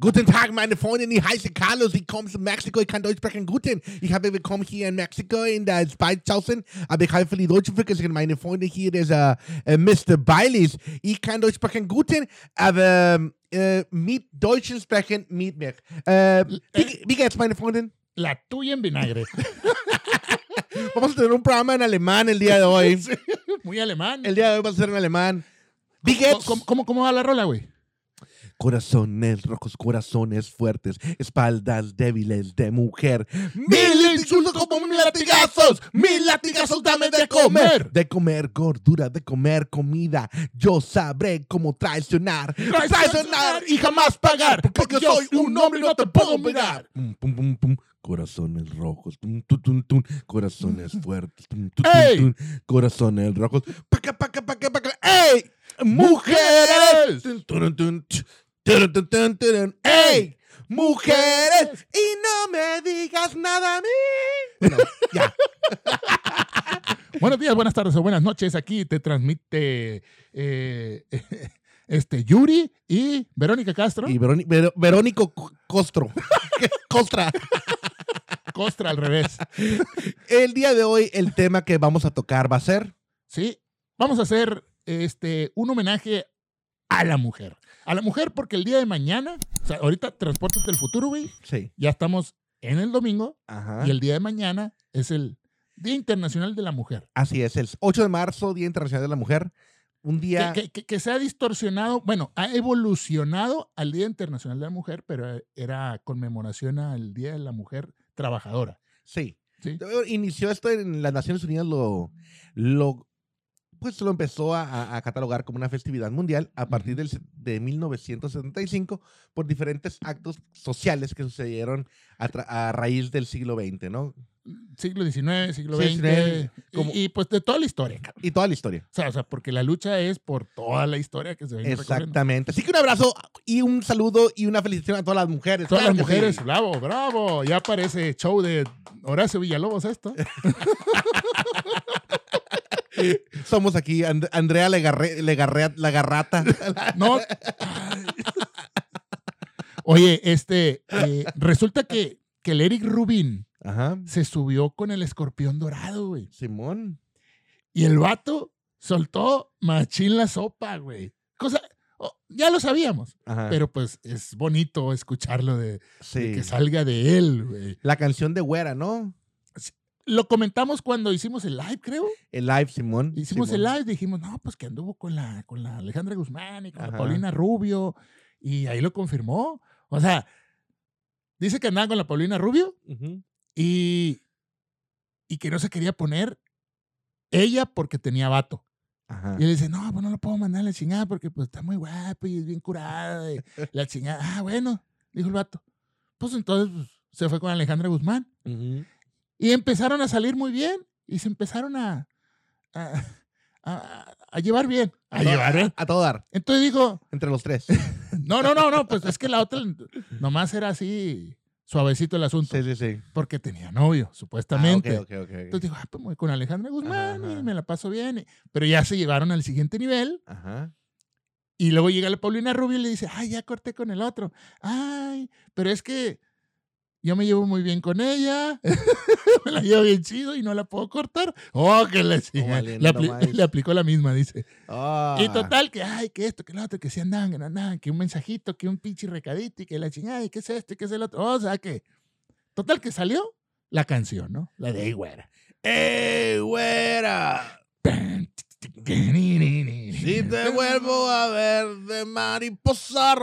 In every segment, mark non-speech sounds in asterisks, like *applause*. Guten Tag, meine Freundin, ich heiße Carlos, ich komme aus Mexiko, ich kann Deutsch sprechen. Guten, ich habe willkommen hier in Mexiko, in der Speichausen, aber ich habe die Deutsche vergessen. Meine Freunde hier ist äh, äh, Mr. Baileys. Ich kann Deutsch sprechen, guten, aber äh, mit Deutschen sprechen mit mir. Äh, wie, wie geht's, meine Freundin? La tuya en vinagre. *laughs* Vamos a tener un programa en alemán el día de hoy. Muy alemán. El día de hoy va a ser en alemán. Wie ¿Cómo, geht's? cómo- cómo- cómo va la rola, güey? Corazones rojos, corazones fuertes, espaldas débiles de mujer. Mil insultos como mil latigazos, mil latigazos dame de comer. De comer gordura, de comer comida. Yo sabré cómo traicionar. Traicionar y jamás pagar, porque soy un hombre y no te puedo mirar. Pum, pum, pum, pum. Corazones rojos, tum, tum, tum, tum. corazones fuertes, tum, tum, tum, Mm. ¡Ey! tum. corazones rojos. Paca, paca, paca, paca. ¡Ey! ¡Mujeres! Tun, turun, tun, ch, turun, tun, tun, turun. ¡Ey! ¡Mujeres! Y no me digas nada a mí. Bueno, ya. Buenos días, buenas tardes o buenas noches. Aquí te transmite eh, *laughs* este Yuri y Verónica Castro. Y Veroni- Ver- Verónico C- Costro. *laughs* Costra. Costra al revés. El día de hoy, el tema que vamos a tocar va a ser. ¿Sí? Vamos a hacer este, un homenaje a la mujer. A la mujer porque el día de mañana, o sea, ahorita transportes del futuro, güey. Sí. Ya estamos en el domingo Ajá. y el día de mañana es el Día Internacional de la Mujer. Así es, el 8 de marzo, Día Internacional de la Mujer. Un Que- día. Que, que- que se ha distorsionado, bueno, ha evolucionado al Día Internacional de la Mujer, pero eh, era conmemoración al Día de la Mujer Trabajadora. Sí. ¿sí? Inició esto en las Naciones Unidas, lo. lo pues lo empezó a- a, a catalogar como una festividad mundial a partir del, se- de 1975 por diferentes actos sociales que sucedieron a, tra- a raíz del siglo XX, ¿no? Siglo XIX, siglo Sí, XX, y- como- y, pues de toda la historia. cabrón. Y toda la historia. O sea, o sea, porque la lucha es por toda la historia que se viene recorriendo. Exactamente. Así que un abrazo y un saludo y una felicitación a todas las mujeres. Todas Claro las que sí. mujeres, bravo, bravo. Ya parece show de Horacio Villalobos esto. Somos aquí, And- Andrea Legarre, Legarre, *laughs* Lagarrata. No. Oye, este, eh, resulta que, que el Eric Rubin Ajá. se subió con el escorpión dorado, güey. Simón. Y el vato soltó machín la sopa, güey. Cosa, oh, ya lo sabíamos, Ajá. pero pues es bonito escucharlo de, sí. de que salga de él, güey. La canción de Güera, ¿no? Lo comentamos cuando hicimos el live, creo. El live, Simón. Hicimos Simón. el live, dijimos, no, pues que anduvo con la, con la Alejandra Guzmán y con Ajá. la Paulina Rubio. Y ahí lo confirmó. O sea, dice que andaba con la Paulina Rubio Ujú. y, y que no se quería poner ella porque tenía vato. Ajá. Y él dice, no, pues no lo puedo mandar a la chingada porque pues está muy guapo y es bien curada. *laughs* y la chingada, ah, bueno, dijo el vato. Pues entonces pues, se fue con Alejandra Guzmán. Ujú. Y empezaron a salir muy bien y se empezaron a, a, *laughs* a- a llevar bien. A to- llevar bien. A todo dar, Entonces dijo, entre los *laughs* tres. no, no, no, no, pues es que la otra nomás era así suavecito el asunto sí, sí, sí. porque tenía novio, Ah, supuestamente. ok, ok, ok, ok. Entonces dijo, ah, pues me voy con Alejandra Guzmán Ajá, ajá. y me la paso bien. Pero ya se llevaron al siguiente nivel. Ajá. Y luego llega la Paulina Rubio y le dice, ay, ya corté con el otro. Ay, pero es que yo me llevo muy bien con ella, *laughs* me la llevo bien chido y no la puedo cortar. Oh, que le, valiendo le, apli- más. le aplicó la misma, dice. Ah. Y total, que ay, que esto, que lo otro, que se andaban, que no andaban, que un mensajito, que un pinche recadito y que la chingada, y que es este, que es el otro. O sea, que total que salió la canción, ¿no? La de "Ey, güera. ¡Ey, Güera! Si *laughs* te vuelvo a ver de mariposa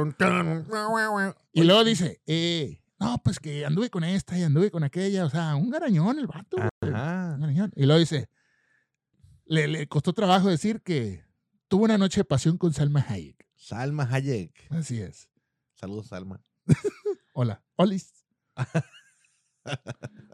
rondándolo. Y luego dice, eh, no, pues que anduve con esta y anduve con aquella. O sea, un garañón el vato. güey, Ajá. un garañón. Y luego dice, le, le costó trabajo decir que tuvo una noche de pasión con Salma Hayek. Salma Hayek. Así es. Saludos, Salma. Hola. Olis.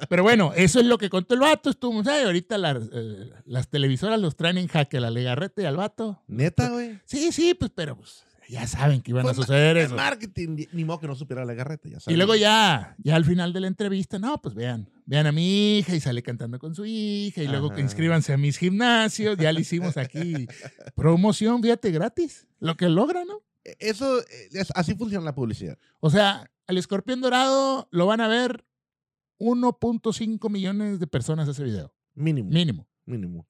Pero bueno, eso es lo que contó el vato. Estuvo, ¿sabes? Ahorita las, eh, las televisoras los traen en jaque, a la legarrete y al vato. Neta, güey. Sí, sí, pues, pero pues, ya saben que iban a Pues, suceder Es eso. marketing, ni modo que no supiera la garreta, ya sabes. Y luego ya, ya al final de la entrevista, no, pues vean, vean a mi hija y sale cantando con su hija y luego Ajá. que inscríbanse *laughs* a mis gimnasios, ya le hicimos aquí promoción, fíjate, gratis, lo que logra, ¿no? Eso, eh, es- así funciona la publicidad. O sea, al escorpión dorado lo van a ver 1.5 millones de personas ese video, Mínimo, mínimo. mínimo.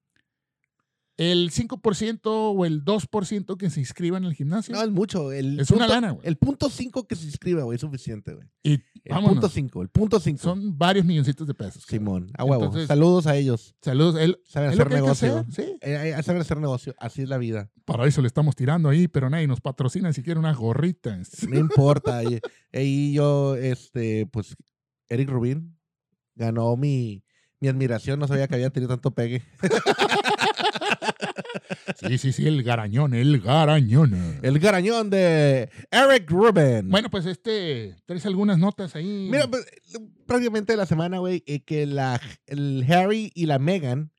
El 5% o el 2% que se inscriban en el gimnasio No, es mucho. El es una punto- lana, güey. El punto 5 que se inscriba, güey, es suficiente, güey. Y El vámonos. punto 5, el punto 5. Son varios milloncitos de pesos. cabrón. Simón, a huevo. Entonces- Saludos a ellos. Saludos. él- Saben es lo hacer que hay que negocio. hacer, sí. Eh, eh, saben hacer negocio. Así es la vida. Para eso le estamos tirando ahí, pero nadie nos patrocina ni siquiera unas *laughs* gorritas. No importa. y, y yo, este, pues, Eric Rubin ganó mi, mi admiración. No sabía que había tenido tanto pegue. Sí, sí, sí, el garañón, el garañón. El garañón de Eric Rubin. Bueno, pues este, traes algunas notas ahí. Mira, pues, prácticamente la semana, güey, eh, que la, el Harry y la Meghan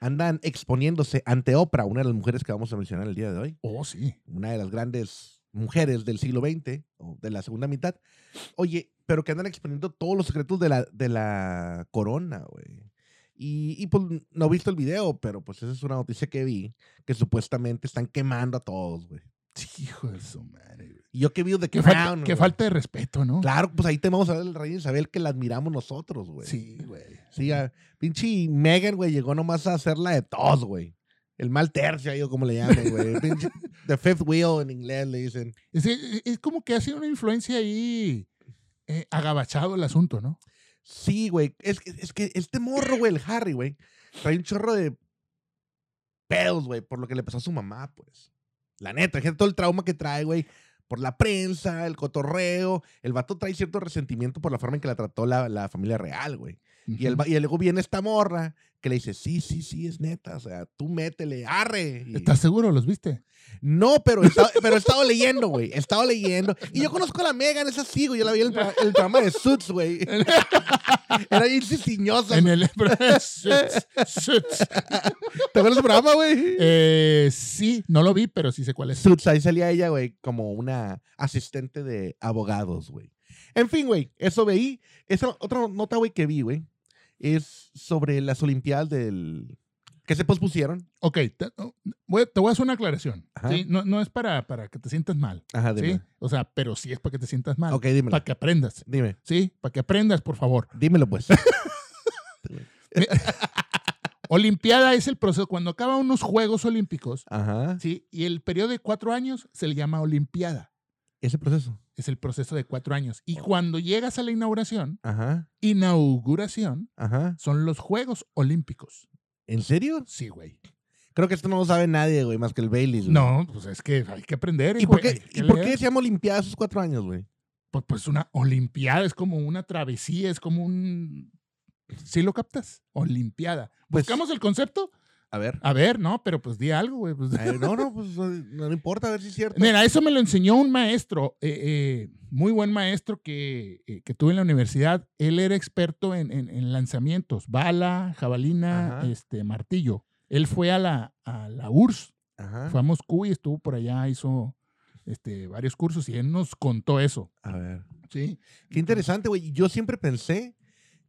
andan exponiéndose ante Oprah, una de las mujeres que vamos a mencionar el día de hoy. Oh, sí. una de las grandes mujeres del siglo XX o de la segunda mitad. Oye, pero que andan exponiendo todos los secretos de la, de la corona, güey. Y, y, pues no he visto el video, pero pues esa es una noticia que vi, que supuestamente están quemando a todos, güey. Sí, Hijo de su madre. güey. Y yo que vi de Qué, Crown, falta, qué güey. falta de respeto, ¿no? Claro, pues ahí te vamos a ver el rey Isabel que la admiramos nosotros, güey. Sí, güey. Sí, a, pinche Megan, güey, llegó nomás a hacer la de todos, güey. El mal tercio, ahí, o como le llaman, güey. Pinche- The fifth wheel en inglés le dicen. Es, es- es como que ha sido una influencia ahí eh, agabachado el asunto, ¿no? Sí, güey. Es, que- es que este morro, güey, el Harry, güey, trae un chorro de pedos, güey, por lo que le pasó a su mamá, pues. La neta, gente, todo el trauma que trae, güey, por la prensa, el cotorreo. El vato trae cierto resentimiento por la forma en que la trató la, la familia real, güey. Y, el, va- y luego viene esta morra que le dice, sí, sí, sí, es neta, o sea, tú métele, arre. Y- ¿Estás seguro? *laughs* ¿Los viste? no, pero he estado, pero he estado leyendo, güey. He estado leyendo. Y yo conozco a la Megan, es así, güey. Yo la vi en el, pro- en el programa de Suits, güey. Era bien ciñosa. *laughs* En el... Suits, suits. *laughs* ¿Te acuerdas del programa, güey? Eh, sí, no lo vi, pero sí sé cuál es. Suits, ahí salía ella, güey, como una asistente de abogados, güey. En fin, güey, eso veí. Esa otra nota, güey, que vi, güey, es sobre las Olimpiadas del... que se pospusieron. Ok, te oh, voy, te voy a hacer una aclaración. Ajá. ¿sí? No, no es para, para que te sientas mal, Ajá, ¿sí? O sea, pero sí es para que te sientas mal. Ok, dímelo. Para que aprendas, Dime, ¿sí? Para que aprendas, por favor. dímelo, pues. Olimpiada es el proceso. Cuando acaba unos Juegos Olímpicos, Ajá. ¿sí? Y el periodo de cuatro años se le llama Olimpiada. Ese proceso. Es el proceso de cuatro años. Y cuando llegas a la inauguración, Ajá, inauguración ajá. son los Juegos Olímpicos. ¿En serio? Sí, güey. Creo que esto no lo sabe nadie, güey, más que el Bailey. No, pues es que hay que aprender. ¿Y hijo, por hay qué, que ¿y por leer. qué se llama Olimpiada esos cuatro años, güey? pues, pues una olimpiada es como una travesía, es como un... ¿Sí lo captas? Olimpiada. Pues- ¿Buscamos el concepto? A ver. A ver, no, pero pues di algo, güey. pues. Ay, no, no, pues no, no importa, a ver si es cierto. *laughs* Mira, eso me lo enseñó un maestro, eh, eh, muy buen maestro que, eh, que tuve en la universidad. Él era experto en, en- en lanzamientos, bala, jabalina, Ajá. este, martillo. Él fue a la, a la URSS, Ajá. fue a Moscú y estuvo por allá, hizo este, varios cursos y él nos contó eso. A ver. Sí. Qué interesante, güey. Yo siempre pensé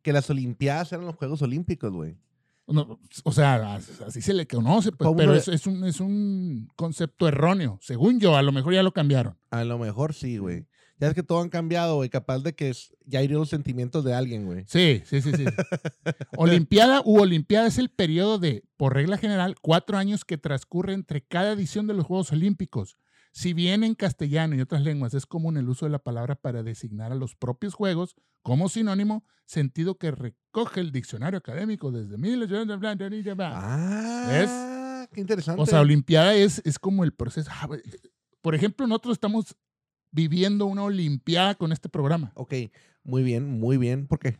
que las Olimpiadas eran los Juegos Olímpicos, güey. No, o sea, as- así se le conoce, pues, Como pero una- es, es un, es un concepto erróneo. Según yo, a lo mejor ya lo cambiaron. A lo mejor sí, güey. Ya es que todo han cambiado, güey. Capaz de que es- ya hirió los sentimientos de alguien, güey. Sí, sí, sí, sí. Olimpiada u Olimpiada es el periodo de, por regla general, cuatro años que transcurre entre cada edición de los Juegos Olímpicos. Si bien en castellano y otras lenguas es común el uso de la palabra para designar a los propios Juegos como sinónimo, sentido que recoge el diccionario académico desde mil... Ah, qué interesante. O sea, Olimpiada es, es como el proceso. Ah, güey. Por ejemplo, nosotros estamos viviendo una Olimpiada con este programa, ok, muy bien, muy bien. ¿Por qué?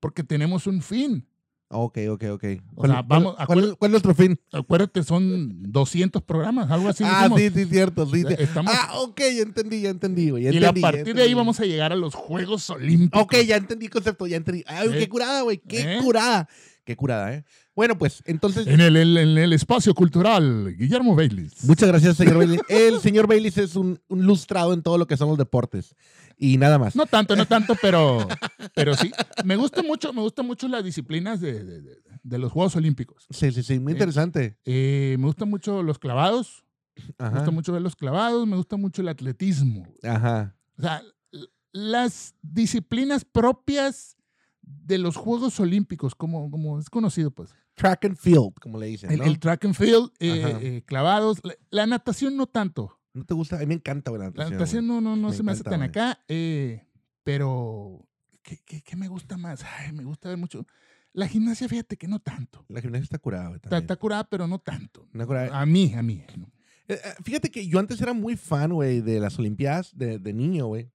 porque tenemos un fin. Ok, ok, ok. O sea, vamos, cuál- cuál es nuestro fin? Acuérdate, son 200 programas, algo así. ah, dijimos. Eh, sí, sí, cierto. Sí, sí. Estamos- Ah, ok, ya entendí, ya entendí, güey. ya y a entendí, ya partir de ahí entendí. vamos a llegar a los Juegos Olímpicos. Ok, ya entendí el concepto, ya entendí. Ay, Eh. qué curada, güey, qué Eh. curada. Qué curada, ¿eh? Bueno, pues, entonces... En el, en el- en el espacio cultural, Guillermo Baylis. Muchas gracias, señor Bailey. El señor Bailey es un, un lustrado en todo lo que son los deportes. Y nada más. No tanto, no tanto, pero, pero sí. Me gusta mucho, me gustan mucho las disciplinas de- de- de- de los Juegos Olímpicos. Sí, sí, sí, muy Eh. interesante. Eh, me gustan mucho los clavados. Me Ajá. gusta mucho ver los clavados, me gusta mucho el atletismo. Ajá. O sea, l- las disciplinas propias de los Juegos Olímpicos, como, como es conocido, pues. Track and field, como le dicen, El, ¿no? el track and field, eh, Ajá. eh, clavados. La, la natación no tanto. ¿No te gusta? A mí me encanta güey, la La natación. natación no, no, no Me se me hace encanta, tan güey. acá. eh, pero, ¿qué, qué, qué me gusta más? Ay, me gusta ver mucho. La gimnasia, fíjate que no tanto. güey. La gimnasia está curada, güey, Está, también. está curada, pero no tanto. Una curada. A mí, a mí. ¿no? Eh, eh, Fíjate que yo antes era muy fan, güey, de las Olimpiadas de, de niño, güey.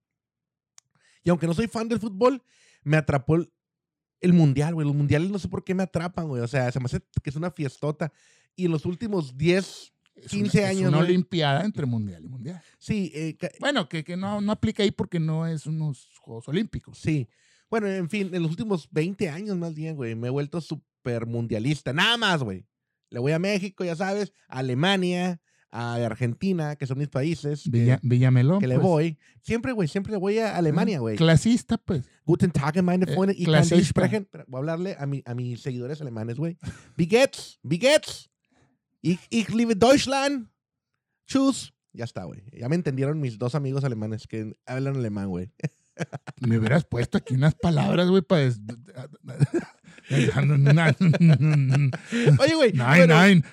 Y aunque no soy fan del fútbol, me atrapó el, el mundial, güey. Los mundiales no sé por qué me atrapan, güey. O sea, se me hace que es una fiestota. Y en los últimos 10, Es 15 una, es años, una güey. olimpiada entre mundial y mundial. sí, eh, ca- Bueno, que, que no, no aplica ahí porque no es unos Juegos Olímpicos. sí. Bueno, en fin, en los últimos 20 años más bien, güey, me he vuelto super mundialista. Nada más, güey. Le voy a México, ya sabes, a Alemania, a Argentina, que son mis países. que- Villa- Villamelón. que le pues. voy. Siempre, güey, siempre le voy a Alemania, güey. Clasista, pues. Guten Tag, meine Eh, Freunde. ich kann Deutsch clasista. sprechen. Pero Voy a hablarle a, mi, a mis seguidores alemanes, güey. Wie geht's? Wie geht's? Ich, ich liebe Deutschland. Tschüss. Ya está, güey. Ya me entendieron mis dos amigos alemanes que hablan alemán, *laughs* güey. Me hubieras puesto aquí unas palabras, güey, para. des- *laughs* nine, Oye, güey. bueno, nine.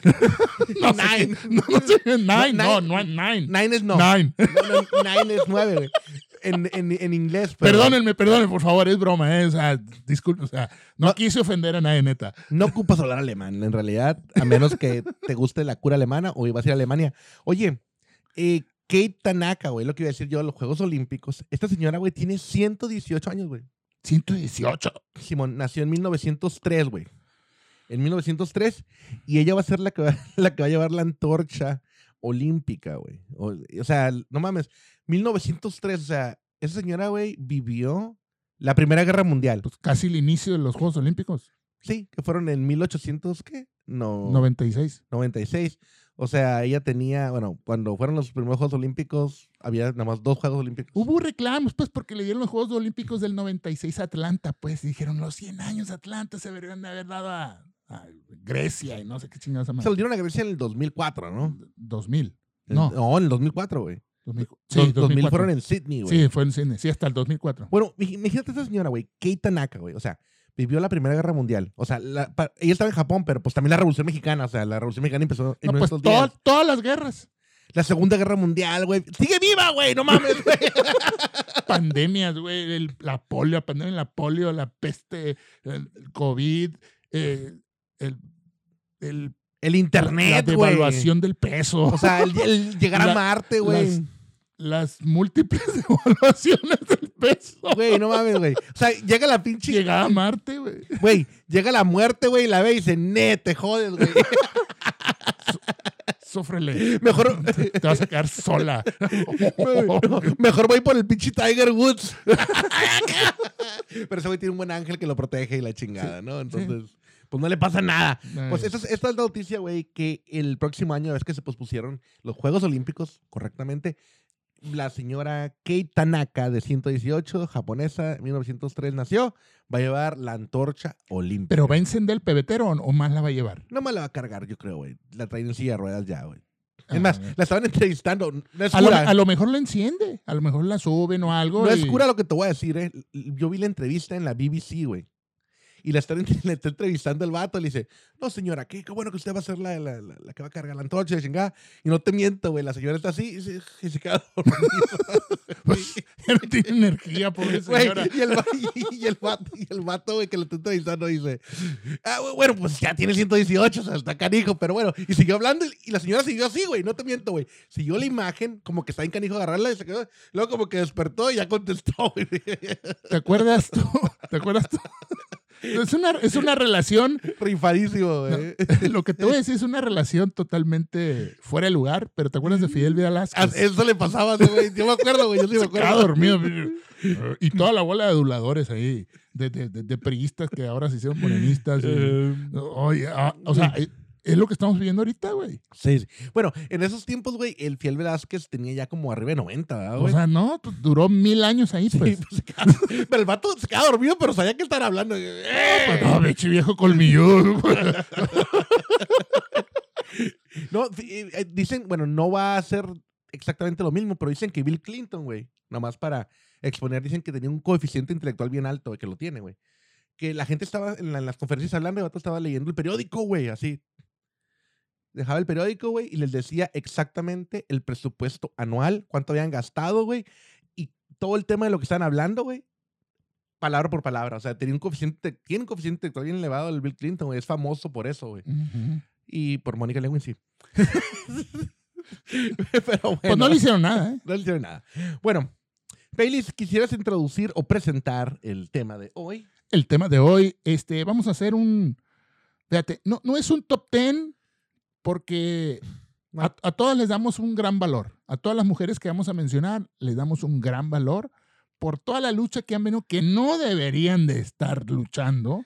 No sé *laughs* Nine. qué- No, no sé qué- Nine, Nine. no, no, nine. Nine es no. Nine. No, no, nine es nueve, güey. En, en, en inglés, pero. Perdónenme, perdónenme, por favor, es broma, eh, o sea, disculpe, o sea, no, quise ofender a nadie, neta. No ocupas hablar alemán, en realidad, a menos que te guste la cura alemana o ibas a ir a Alemania. Oye, eh, Kate Tanaka, güey, lo que iba a decir yo, los Juegos Olímpicos. Esta señora, güey, tiene 118 años, güey. 118. Simón nació en 1903, güey. En 1903. Y ella va a ser la que va, *laughs* la que va a llevar la antorcha olímpica, güey. O, o sea, no mames. 1903, o sea, esa señora, güey, vivió la Primera Guerra Mundial. Pues casi el inicio de los Juegos Olímpicos, Sí, que fueron en 1800, ¿qué? No. 96. 96. O sea, ella tenía, bueno, cuando fueron los primeros Juegos Olímpicos, había nada más dos Juegos Olímpicos. Hubo reclamos, pues, porque le dieron los Juegos Olímpicos del 96 a Atlanta, pues, y dijeron los 100 años de Atlanta se deberían de haber dado a, a Grecia y no sé qué chingados se Se lo dieron a Grecia en el 2004, ¿no? 2000. No. No, en el 2004, güey. 2000, Sí, sí, 2000 2004. fueron en Sydney, güey. Sí, fue en cine, sí, hasta el 2004. Bueno, imag- imagínate a esta señora, güey, Kei Tanaka, güey. O sea, vivió la Primera Guerra Mundial. O sea, la- pa- ella estaba en Japón, pero pues también la Revolución Mexicana. O sea, la Revolución Mexicana empezó en No, pues estos to- días. todas las guerras, La Segunda Guerra Mundial, güey. ¡Sigue viva, güey! ¡No mames, *laughs* güey! pandemias, güey, el- la polio, la pandemia, de la polio, la peste, el, el COVID, eh, el, el- El la internet, güey. devaluación del peso. O sea, el, el llegar a La- Marte, güey. las- las múltiples *laughs* devaluaciones del peso. Güey, no mames, güey. O sea, llega la pinche Llegaba a Marte, güey. Güey, llega la muerte, güey, y la ve y dice, ne, te jodes, güey. Sófrele. Mejor, *laughs* Te vas a quedar sola. mejor voy por el pinche Tiger Woods. Pero ese güey tiene un buen ángel que lo protege y la chingada, ¿no? Entonces, pues no le pasa nada. Pues esta es, esta es la noticia, güey, que el próximo año es que se pospusieron los Juegos Olímpicos correctamente. La señora Kei Tanaka, de 118, japonesa, 1903 nació, va a llevar la antorcha olímpica. Pero va a encender el pebetero o, o más la va a llevar. No me la va a cargar, yo creo, güey. La traen en silla de ruedas ya, güey. Ah, Es más, güey. la estaban entrevistando. No es A lo, cura. a lo mejor la enciende. A lo mejor la suben o algo. no es y- *laughs* cura lo que te voy a decir, eh. Yo vi la entrevista en la BBC, güey. Y la están *laughs* ent- le está entrevistando el vato. Le dice, no, señora, qué, qué bueno que usted va a ser la, la- la- la que va a cargar la antorcha, y chingada. Y no te miento, güey. La señora está así y se, y se queda dormida. no tiene energía, pobre Güey, señora. y, el, va- y, y el vato, y el vato, güey, que lo está entrevistando dice, ah, bu- bueno, pues ya tiene 118, o sea, está canijo, pero bueno. Y siguió hablando y- y la señora siguió así, güey, no te miento, güey. Siguió la imagen, como que está en canijo agarrarla y se quedó, luego como que despertó y ya contestó, *laughs* güey. ¿Te acuerdas tú? *laughs* ¿Te acuerdas tú? Es una, es una relación, Rifadísimo, güey. lo que te voy a decir es una relación totalmente fuera de lugar, pero ¿te acuerdas de *laughs* Fidel A- Velázquez? Eso le pasaba, sí, güey. Yo me acuerdo, güey, yo sí me Se *laughs* quedaba acuerdo. dormido. y toda la bola de aduladores ahí, de, de, de- de priistas que ahora se hicieron morenistas. y- Eh. Oye, ah, o sea, eh, es lo que estamos viviendo ahorita, güey. Sí, sí. Bueno, en esos tiempos, güey, el fiel Velázquez tenía ya como arriba de 90, ¿verdad, O güey? sea, no, pues, duró mil años ahí, Sí, *laughs* pues. pues, se queda- pero el vato se queda dormido, pero sabía que estaban hablando. ¡Eh! pues, *laughs* Ah, pinche viejo colmilludo. güey. No, fi- eh, eh, dicen, bueno, no va a ser exactamente lo mismo, pero dicen que Bill Clinton, güey, nomás para exponer, dicen que tenía un coeficiente intelectual bien alto, güey, que lo tiene, güey. Que la gente estaba en, la- en las conferencias hablando, el vato estaba leyendo el periódico, güey, así. Dejaba el periódico, güey, y les decía exactamente el presupuesto anual, cuánto habían gastado, güey, y todo el tema de lo que estaban hablando, güey, palabra por palabra. O sea, tenía un coeficiente, tiene un coeficiente intelectual bien elevado el Bill Clinton, güey, es famoso por eso, güey Ujú. y por Mónica *laughs* Lewinsky. Pero bueno, Pues no le hicieron nada, ¿eh? no le hicieron nada. Bueno, Paylis, quisieras introducir o presentar el tema de hoy. el tema de hoy. Este, vamos a hacer un. Fíjate, no, no es un top ten porque a, a todas les damos un gran valor. A todas las mujeres que vamos a mencionar les damos un gran valor por toda la lucha que han venido, que no deberían de estar luchando,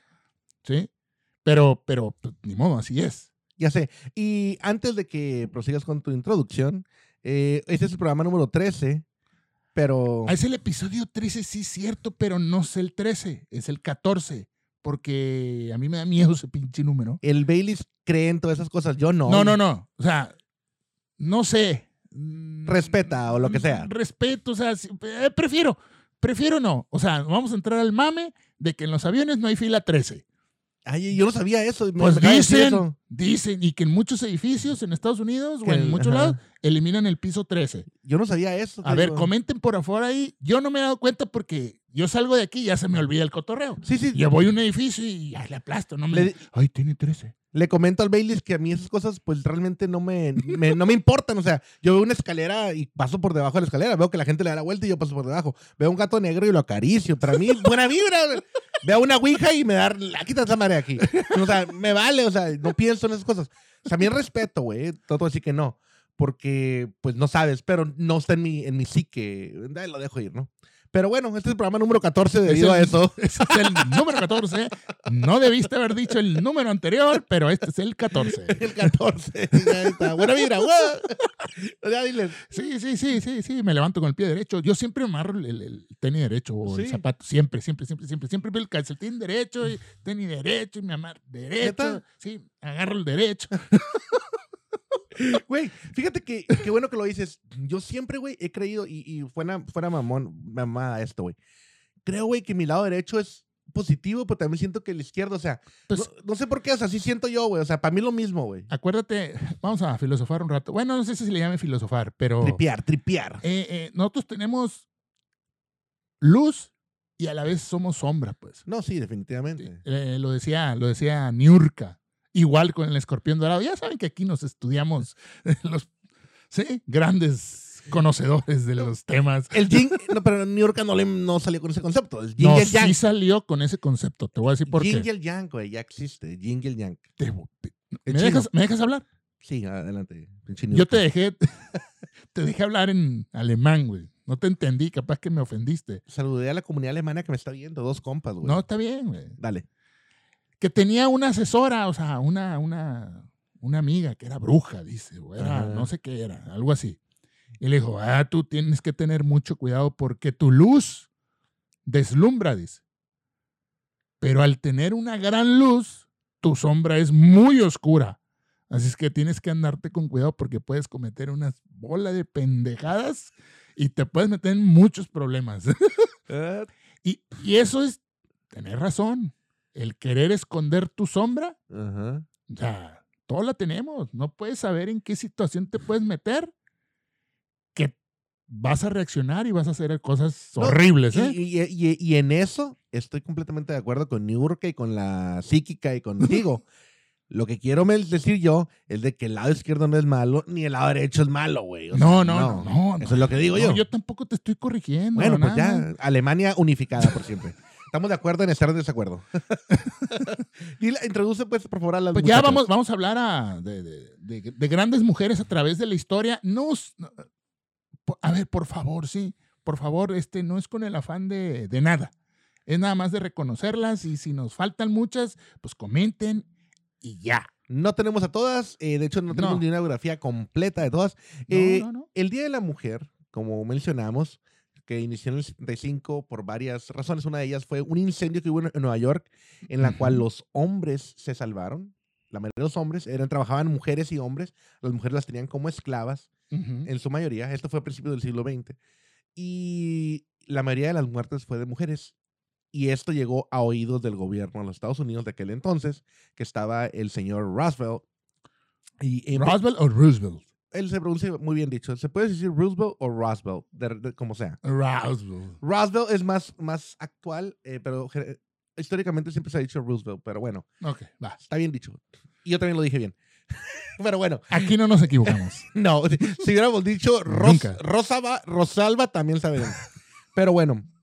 ¿sí? Pero, pero, pues, ni modo, así es. Ya sé. Y antes de que prosigas con tu introducción, eh, este es el programa número 13, pero Ah, Es el episodio 13, sí, cierto, pero no es el 13, es el 14, porque a mí me da miedo ese pinche número. el Baileys cree en todas esas cosas. Yo no. No, no, no. O sea, no sé. Mm, Respeta o lo que sea. Respeto, o sea, si- eh, prefiero, prefiero no. O sea, vamos a entrar al mame de que en los aviones no hay fila 13. Ay, yo no sabía eso. me- Pues me acaba de decir dicen, eso. dicen, y que en muchos edificios en Estados Unidos o en El- muchos ajá. lados eliminan el piso 13. Yo no sabía eso. A te ver, digo. comenten por afuera ahí. Yo no me he dado cuenta porque yo salgo de aquí y ya se me olvida el cotorreo. Sí, sí. Yo voy a un edificio y ay, le aplasto, no me... Le- Ay, tiene 13. le comento al Baileys que a mí esas cosas pues realmente no me, me- no me importan. O sea, yo veo una escalera y paso por debajo de la escalera. Veo que la gente le da la vuelta y yo paso por debajo. Veo un gato negro y lo acaricio. Para mí, buena vibra. Veo una ouija y me da... La quitas la madre de aquí. O sea, me vale. O sea, no pienso en esas cosas. También respeto, güey. Todo así que no. Porque pues no sabes, pero no está en mi, en mi psique. Eh, Lo dejo ir, ¿no? Pero bueno, este es el programa número 14 debido el- a eso. *laughs* Ese es el número 14. No debiste haber dicho el número anterior, pero este es el 14. *laughs* El 14. Ya está. Buena vibra. ¡guau! Ya diles. Sí, sí, sí, sí, sí, me levanto con el pie derecho. Yo siempre amarro el, el- el tenis derecho o el Sí. zapato, siempre, siempre, siempre, siempre. Siempre veo el calcetín derecho y tenis derecho y me amarro derecho. ¿Neta? Sí, agarro el derecho. Güey, fíjate que qué bueno que lo dices. Yo siempre, güey, he creído, y, y fuera, fuera mamón, mamada esto, güey. Creo, güey, que mi lado derecho es positivo, pero también siento que el izquierdo, o sea, Pues- Ah, no, no sé por qué, o sea, así siento yo, güey. O sea, para mí lo mismo, güey. Acuérdate, vamos a filosofar un rato. Bueno, no sé si se le llame filosofar, pero eh, Tripear, tripear. eh, nosotros tenemos luz y a la vez somos sombra, pues. No, sí, Sí, definitivamente. eh, lo decía, lo decía Niurka. Igual con el escorpión dorado. Ya saben que aquí nos estudiamos *laughs* los sí, grandes conocedores de los temas. El Jing, no, pero New York no, le- no salió con ese concepto. El Jing No, y el Yang. sí salió con ese concepto. Te voy a decir por Jing y qué. el Yang, güey, ya existe. Jing y el Yang. Te vo- te- Es ¿me, chino. dejas, me dejas hablar? Sí, adelante. pinche New Yo York. te dejé, *laughs* te dejé hablar en alemán, güey. No te entendí, capaz que me ofendiste. Saludé a la comunidad alemana que me está viendo, dos compas, güey. No, está bien, güey. Dale. Que tenía una asesora, o sea, una, una, una amiga que era bruja, dice, o era, Ajá. no sé qué era, algo así. Y le dijo, ah, tú tienes que tener mucho cuidado porque tu luz deslumbra, dice. Pero al tener una gran luz, tu sombra es muy oscura. Así es que tienes que andarte con cuidado porque puedes cometer unas bolas de pendejadas y te puedes meter en muchos problemas. *laughs* Y, y eso es tener razón. El querer esconder tu sombra, Ajá. o sea, todos la tenemos. No puedes saber en qué situación te puedes meter que vas a reaccionar y vas a hacer cosas No, horribles, Y- ¿eh? Y, y- y- y en eso estoy completamente de acuerdo con Niurka y con la psíquica y *laughs* contigo. Lo que quiero men- decir yo es de que el lado izquierdo no es malo, ni el lado derecho es malo, güey. O sea, No, no, no, no, Eso es lo que digo No, yo. yo tampoco te estoy corrigiendo. bueno, pues nada más. ya, Alemania unificada por siempre. Estamos de acuerdo en estar en *laughs* desacuerdo. *laughs* Dile, introduce, pues, por favor, a las Pues ya muchachas. vamos, vamos a hablar a- de, de- de- de grandes mujeres a través de la historia. No, s- no, po- a ver, por favor, sí, por favor, este no es con el afán de, de nada. Es nada más de reconocerlas y si nos faltan muchas, pues comenten y ya. No tenemos a todas, eh, de hecho, no tenemos No. ni una biografía completa de todas. No, Eh, no, no. El Día de la Mujer, como mencionamos, que inició en el 75 por varias razones. Una de ellas fue un incendio que hubo en en Nueva York, en la cual Ujú. los hombres se salvaron la mayoría de los hombres eran, trabajaban mujeres y hombres, las mujeres las tenían como esclavas, Ujú. en su mayoría, esto fue a principios del siglo XX, y la mayoría de las muertes fue de mujeres. Y esto llegó a oídos del gobierno de los Estados Unidos de aquel entonces, que estaba el señor Roosevelt. Y empe- Eh, ¿Roosevelt o Roosevelt? él se pronuncia muy bien dicho. Se puede decir Roosevelt o Roosevelt, de- de- como sea. Roosevelt. Roosevelt es más, más actual, eh, pero ge- históricamente siempre se ha dicho Roosevelt, pero bueno, Ok, va. está bien dicho. Y yo también lo dije bien. *laughs* pero bueno, Aquí no *laughs* nos equivocamos. no, si si hubiéramos dicho Ros- Nunca. Rosaba- Rosalba, también saben. Pero bueno. *laughs*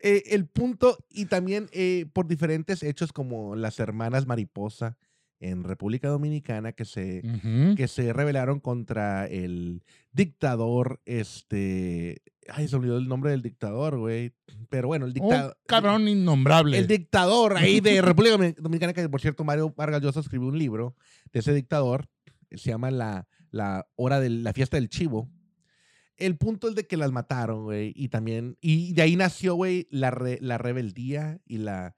Eh, el punto, y también eh, por diferentes hechos como las hermanas mariposa en República Dominicana que se, Ujú. que se rebelaron contra el dictador, este... Ay, se olvidó el nombre del dictador, güey. Pero bueno, el Un dictador... cabrón innombrable. El dictador ahí de República Domin- Dominicana, que por cierto Mario Vargas Llosa escribió un libro de ese dictador, se llama La, la Hora de la Fiesta del Chivo. El punto es de que las mataron, güey, y también, y de ahí nació, güey, la, re- la rebeldía y la,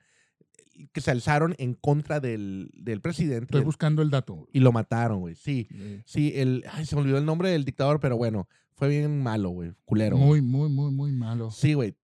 que se alzaron en contra del, del presidente Estoy buscando el dato. y lo mataron, güey, sí. Eh, Sí, el, ay, se me olvidó el nombre del dictador, pero bueno, fue bien malo, güey, culero. güey. Muy, muy, muy, muy malo. Sí, güey.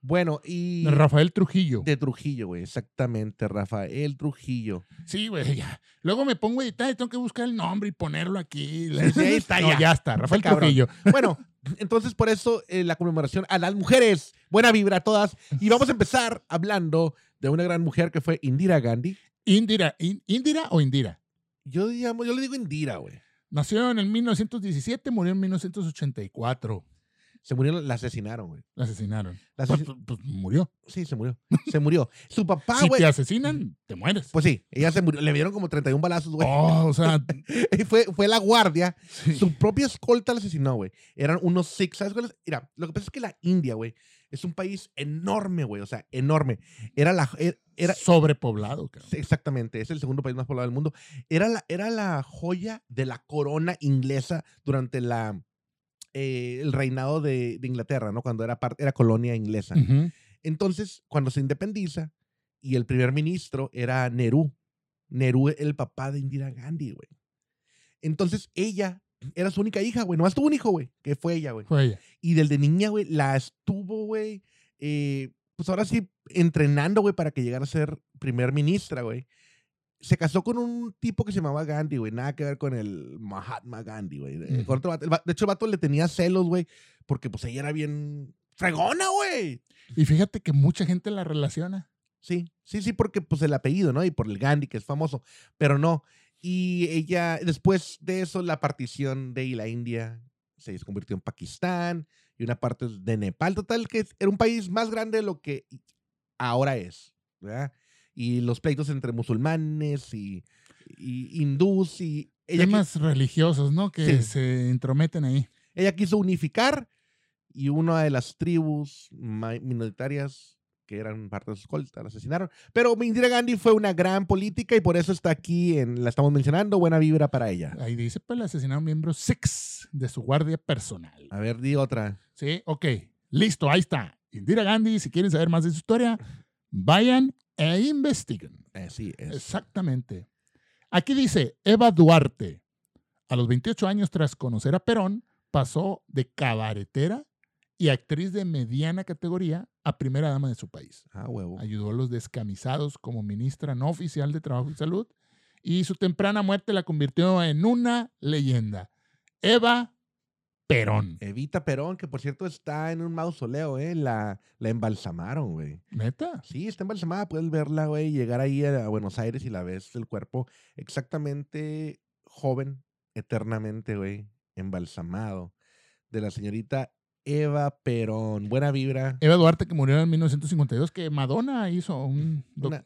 Bueno, y... Rafael Trujillo. De Trujillo, güey, exactamente, Rafael Trujillo. Sí, güey, *laughs* ya. Luego me pongo a editar y tengo que buscar el nombre y ponerlo *laughs* aquí. sí, ahí está, No, ya. está, Rafael cabrón. Trujillo. *laughs* Bueno, entonces por eso eh, la conmemoración a las mujeres. Buena vibra a todas. Y vamos a empezar hablando de una gran mujer que fue Indira Gandhi. Indira, In- Indira o Indira. Yo, llamo- yo le digo Indira, güey. Nació en el 1917, murió en 1984. Se murió, la asesinaron, güey. La asesinaron. La Pues, asesin- pues, pues, murió. sí, se murió. Se murió. Su papá, si güey. te asesinan, te mueres. Pues sí, ella se murió. Le dieron como 31 balazos, güey. Oh, o *laughs* sea, Y *laughs* fue, fue la guardia. sí. Su propia escolta la asesinó, güey. Eran unos Sikhs. ¿Sabes cuál es? Mira, lo que pasa es que la India, güey, es un país enorme, güey. O sea, enorme. Era la. er- Era, sobrepoblado. cabrón. Sí, Exactamente, es el segundo país más poblado del mundo. Era la, era la joya de la corona inglesa durante la, eh, el reinado de, de Inglaterra, ¿no? Cuando era, parte era colonia inglesa. Ujú. Entonces, cuando se independiza y el primer ministro era Nehru, Nehru era el papá de Indira Gandhi, güey. Entonces, ella era su única hija, güey. Nomás tuvo un hijo, güey, que fue ella, güey. Fue ella. Y desde niña, güey, la estuvo, güey, eh, pues ahora sí, entrenando, güey, para que llegara a ser primer ministra, güey. Se casó con un tipo que se llamaba Gandhi, güey. Nada que ver con el Mahatma Gandhi, güey. eh, con otro vato. El va- De hecho, el vato le tenía celos, güey, porque pues ella era bien fregona, güey. Y fíjate que mucha gente la relaciona. Sí, sí, sí, porque pues el apellido, ¿no? Y por el Gandhi, que es famoso, pero no. Y ella, después de eso, la partición de la India se convirtió en Pakistán y una parte de Nepal, total, que era un país más grande de lo que ahora es, ¿verdad? Y los pleitos entre musulmanes y, y hindús y... Ella, qui- Temas religiosos, ¿no? Que Sí. se intrometen ahí. ella quiso unificar y una de las tribus ma- minoritarias que eran parte de su escolta la asesinaron. Pero Indira Gandhi fue una gran política y por eso está aquí, en, la estamos mencionando, buena vibra para ella. Ahí dice, pues le asesinaron miembros six de su guardia personal. A ver, di otra. Sí, ok. Listo, ahí está. Indira Gandhi, si quieren saber más de su historia, vayan e investiguen. Así Eh, es. Exactamente. Aquí dice Eva Duarte. A los 28 años, tras conocer a Perón, pasó de cabaretera y actriz de mediana categoría a primera dama de su país. Ah, huevo. Ayudó a los descamisados como ministra no oficial de Trabajo y Salud y su temprana muerte la convirtió en una leyenda. Eva Perón. Evita Perón, que por cierto está en un mausoleo, ¿eh? La, la embalsamaron, güey. ¿Neta? Sí, está embalsamada, puedes verla, güey, llegar ahí a Buenos Aires y la ves el cuerpo exactamente joven, eternamente, güey, embalsamado, de la señorita Eva Perón. Buena vibra. Eva Duarte, que murió en 1952, que Madonna hizo un, doc- Una-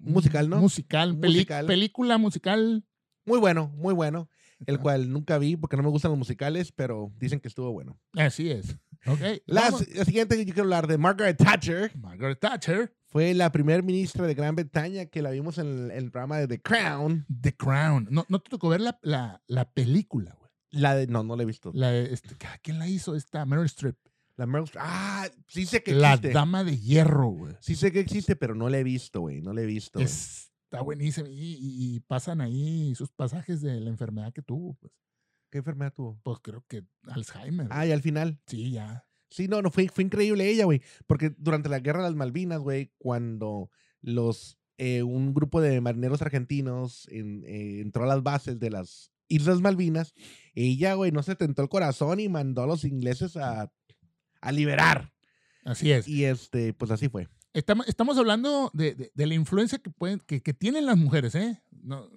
un musical, ¿no? Musical, peli- Musical. película musical. Muy bueno, muy bueno. El Ajá. cual nunca vi porque no me gustan los musicales, pero dicen que estuvo bueno. Así es. Ok. La, vamos. la siguiente que yo quiero hablar de Margaret Thatcher. Margaret Thatcher, Fue la primer ministra de Gran Bretaña que la vimos en el, el programa de The Crown. The Crown. No, no te tocó ver la, la, la película, güey. La de, no, no la he visto. La de este, ca- ¿Quién la hizo esta? Meryl Streep. La Meryl Streep. Ah, sí sé que La existe. Dama de Hierro, güey. Sí sé que existe, pero no la he visto, güey. No la he visto. güey. Es está buenísimo. Y, y- y pasan ahí sus pasajes de la enfermedad que tuvo. Pues, ¿Qué enfermedad tuvo? pues creo que Alzheimer. Ay, Ah, al final. Sí, ya. Sí, no, no, fue, fue increíble ella, güey. Porque durante la guerra de las Malvinas, güey, cuando los eh, un grupo de marineros argentinos en- eh, entró a las bases de las Islas Malvinas, ella, güey, no se tentó el corazón y mandó a los ingleses a, a liberar. Así es. Y este, pues así fue. Estamos, estamos hablando de, de- de la influencia que, pueden, que, que tienen las mujeres, ¿eh? No,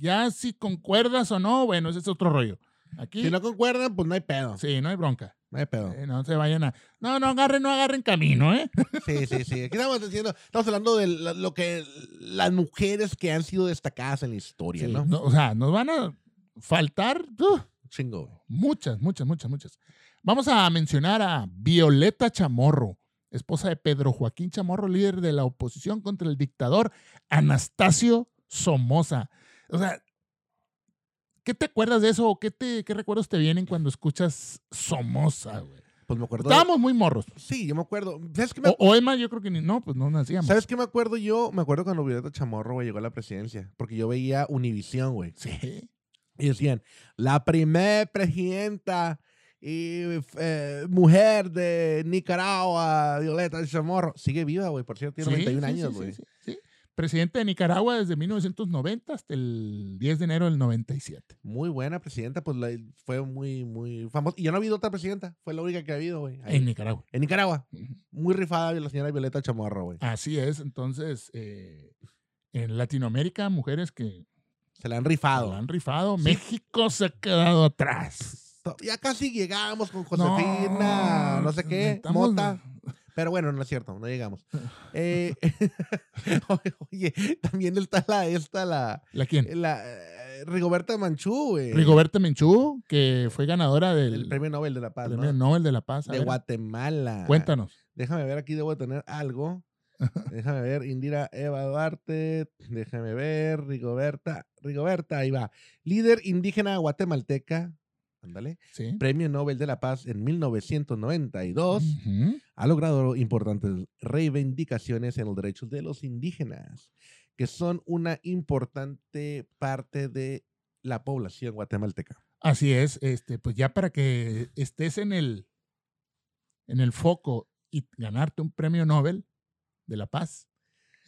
ya si concuerdas o no, bueno, ese es otro rollo. Aquí, Si no concuerdan, pues no hay pedo. sí, no hay bronca. No hay pedo. Eh, no se vayan a... No, no agarren, no agarren camino, ¿eh? Sí, sí, sí. Aquí estamos diciendo, estamos hablando de lo lo que las mujeres que han sido destacadas en la historia, Sí, ¿no? no, o sea, nos van a faltar ¡uh! ¡uf! Chingo, güey. muchas, muchas, muchas, muchas. Vamos a mencionar a Violeta Chamorro, esposa de Pedro Joaquín Chamorro, líder de la oposición contra el dictador Anastasio Somoza. O sea, ¿qué te acuerdas de eso o qué, te, qué recuerdos te vienen cuando escuchas Somoza, güey? Pues me acuerdo. de- Estábamos muy morros. Sí, yo me acuerdo. ¿Sabes qué me O, o es más, yo creo que ni, no, pues no nacíamos. ¿Sabes qué me acuerdo yo? Me acuerdo cuando Violeta Chamorro güey, llegó a la presidencia, porque yo veía Univisión, güey. Sí. Y decían, la primer presidenta y eh, mujer de Nicaragua, Violeta Chamorro. Sigue viva, güey, por cierto, tiene Sí, 91 sí, sí, años, sí, güey. sí, sí. Presidente de Nicaragua desde 1990 hasta el 10 de enero del 97. Muy buena presidenta, pues la- fue muy, muy famosa. Y ya no ha habido otra presidenta, fue la única que ha habido, güey. ahí. En Nicaragua. En Nicaragua. Ujú. Muy rifada la señora Violeta Chamorro, güey. Así es, entonces, eh, en Latinoamérica, mujeres que Se la han la rifado. han rifado, México se ha quedado atrás. Ya casi llegamos con Josefina, no, sé qué, necesitamos- Mota. Pero bueno, no es cierto, no *laughs* llegamos. Eh, *laughs* oye, también está la esta, la, ¿La quién? la eh, Rigoberta Manchú, güey. Rigoberta Menchú, que fue ganadora del el premio Nobel de la Paz, Premio ¿no? Nobel de la Paz. A De ver, Guatemala. Cuéntanos. Déjame ver, aquí debo de tener *laughs* algo. Déjame ver, Indira Eva Duarte, déjame ver, Rigoberta, Rigoberta, ahí va. Líder indígena guatemalteca, ándale, Sí. Premio Nobel de la Paz en 1992, Ujú. ha logrado importantes reivindicaciones en los derechos de los indígenas, que son una importante parte de la población guatemalteca. Así es, este, pues ya para que estés en el, en el foco y ganarte un premio Nobel de la Paz.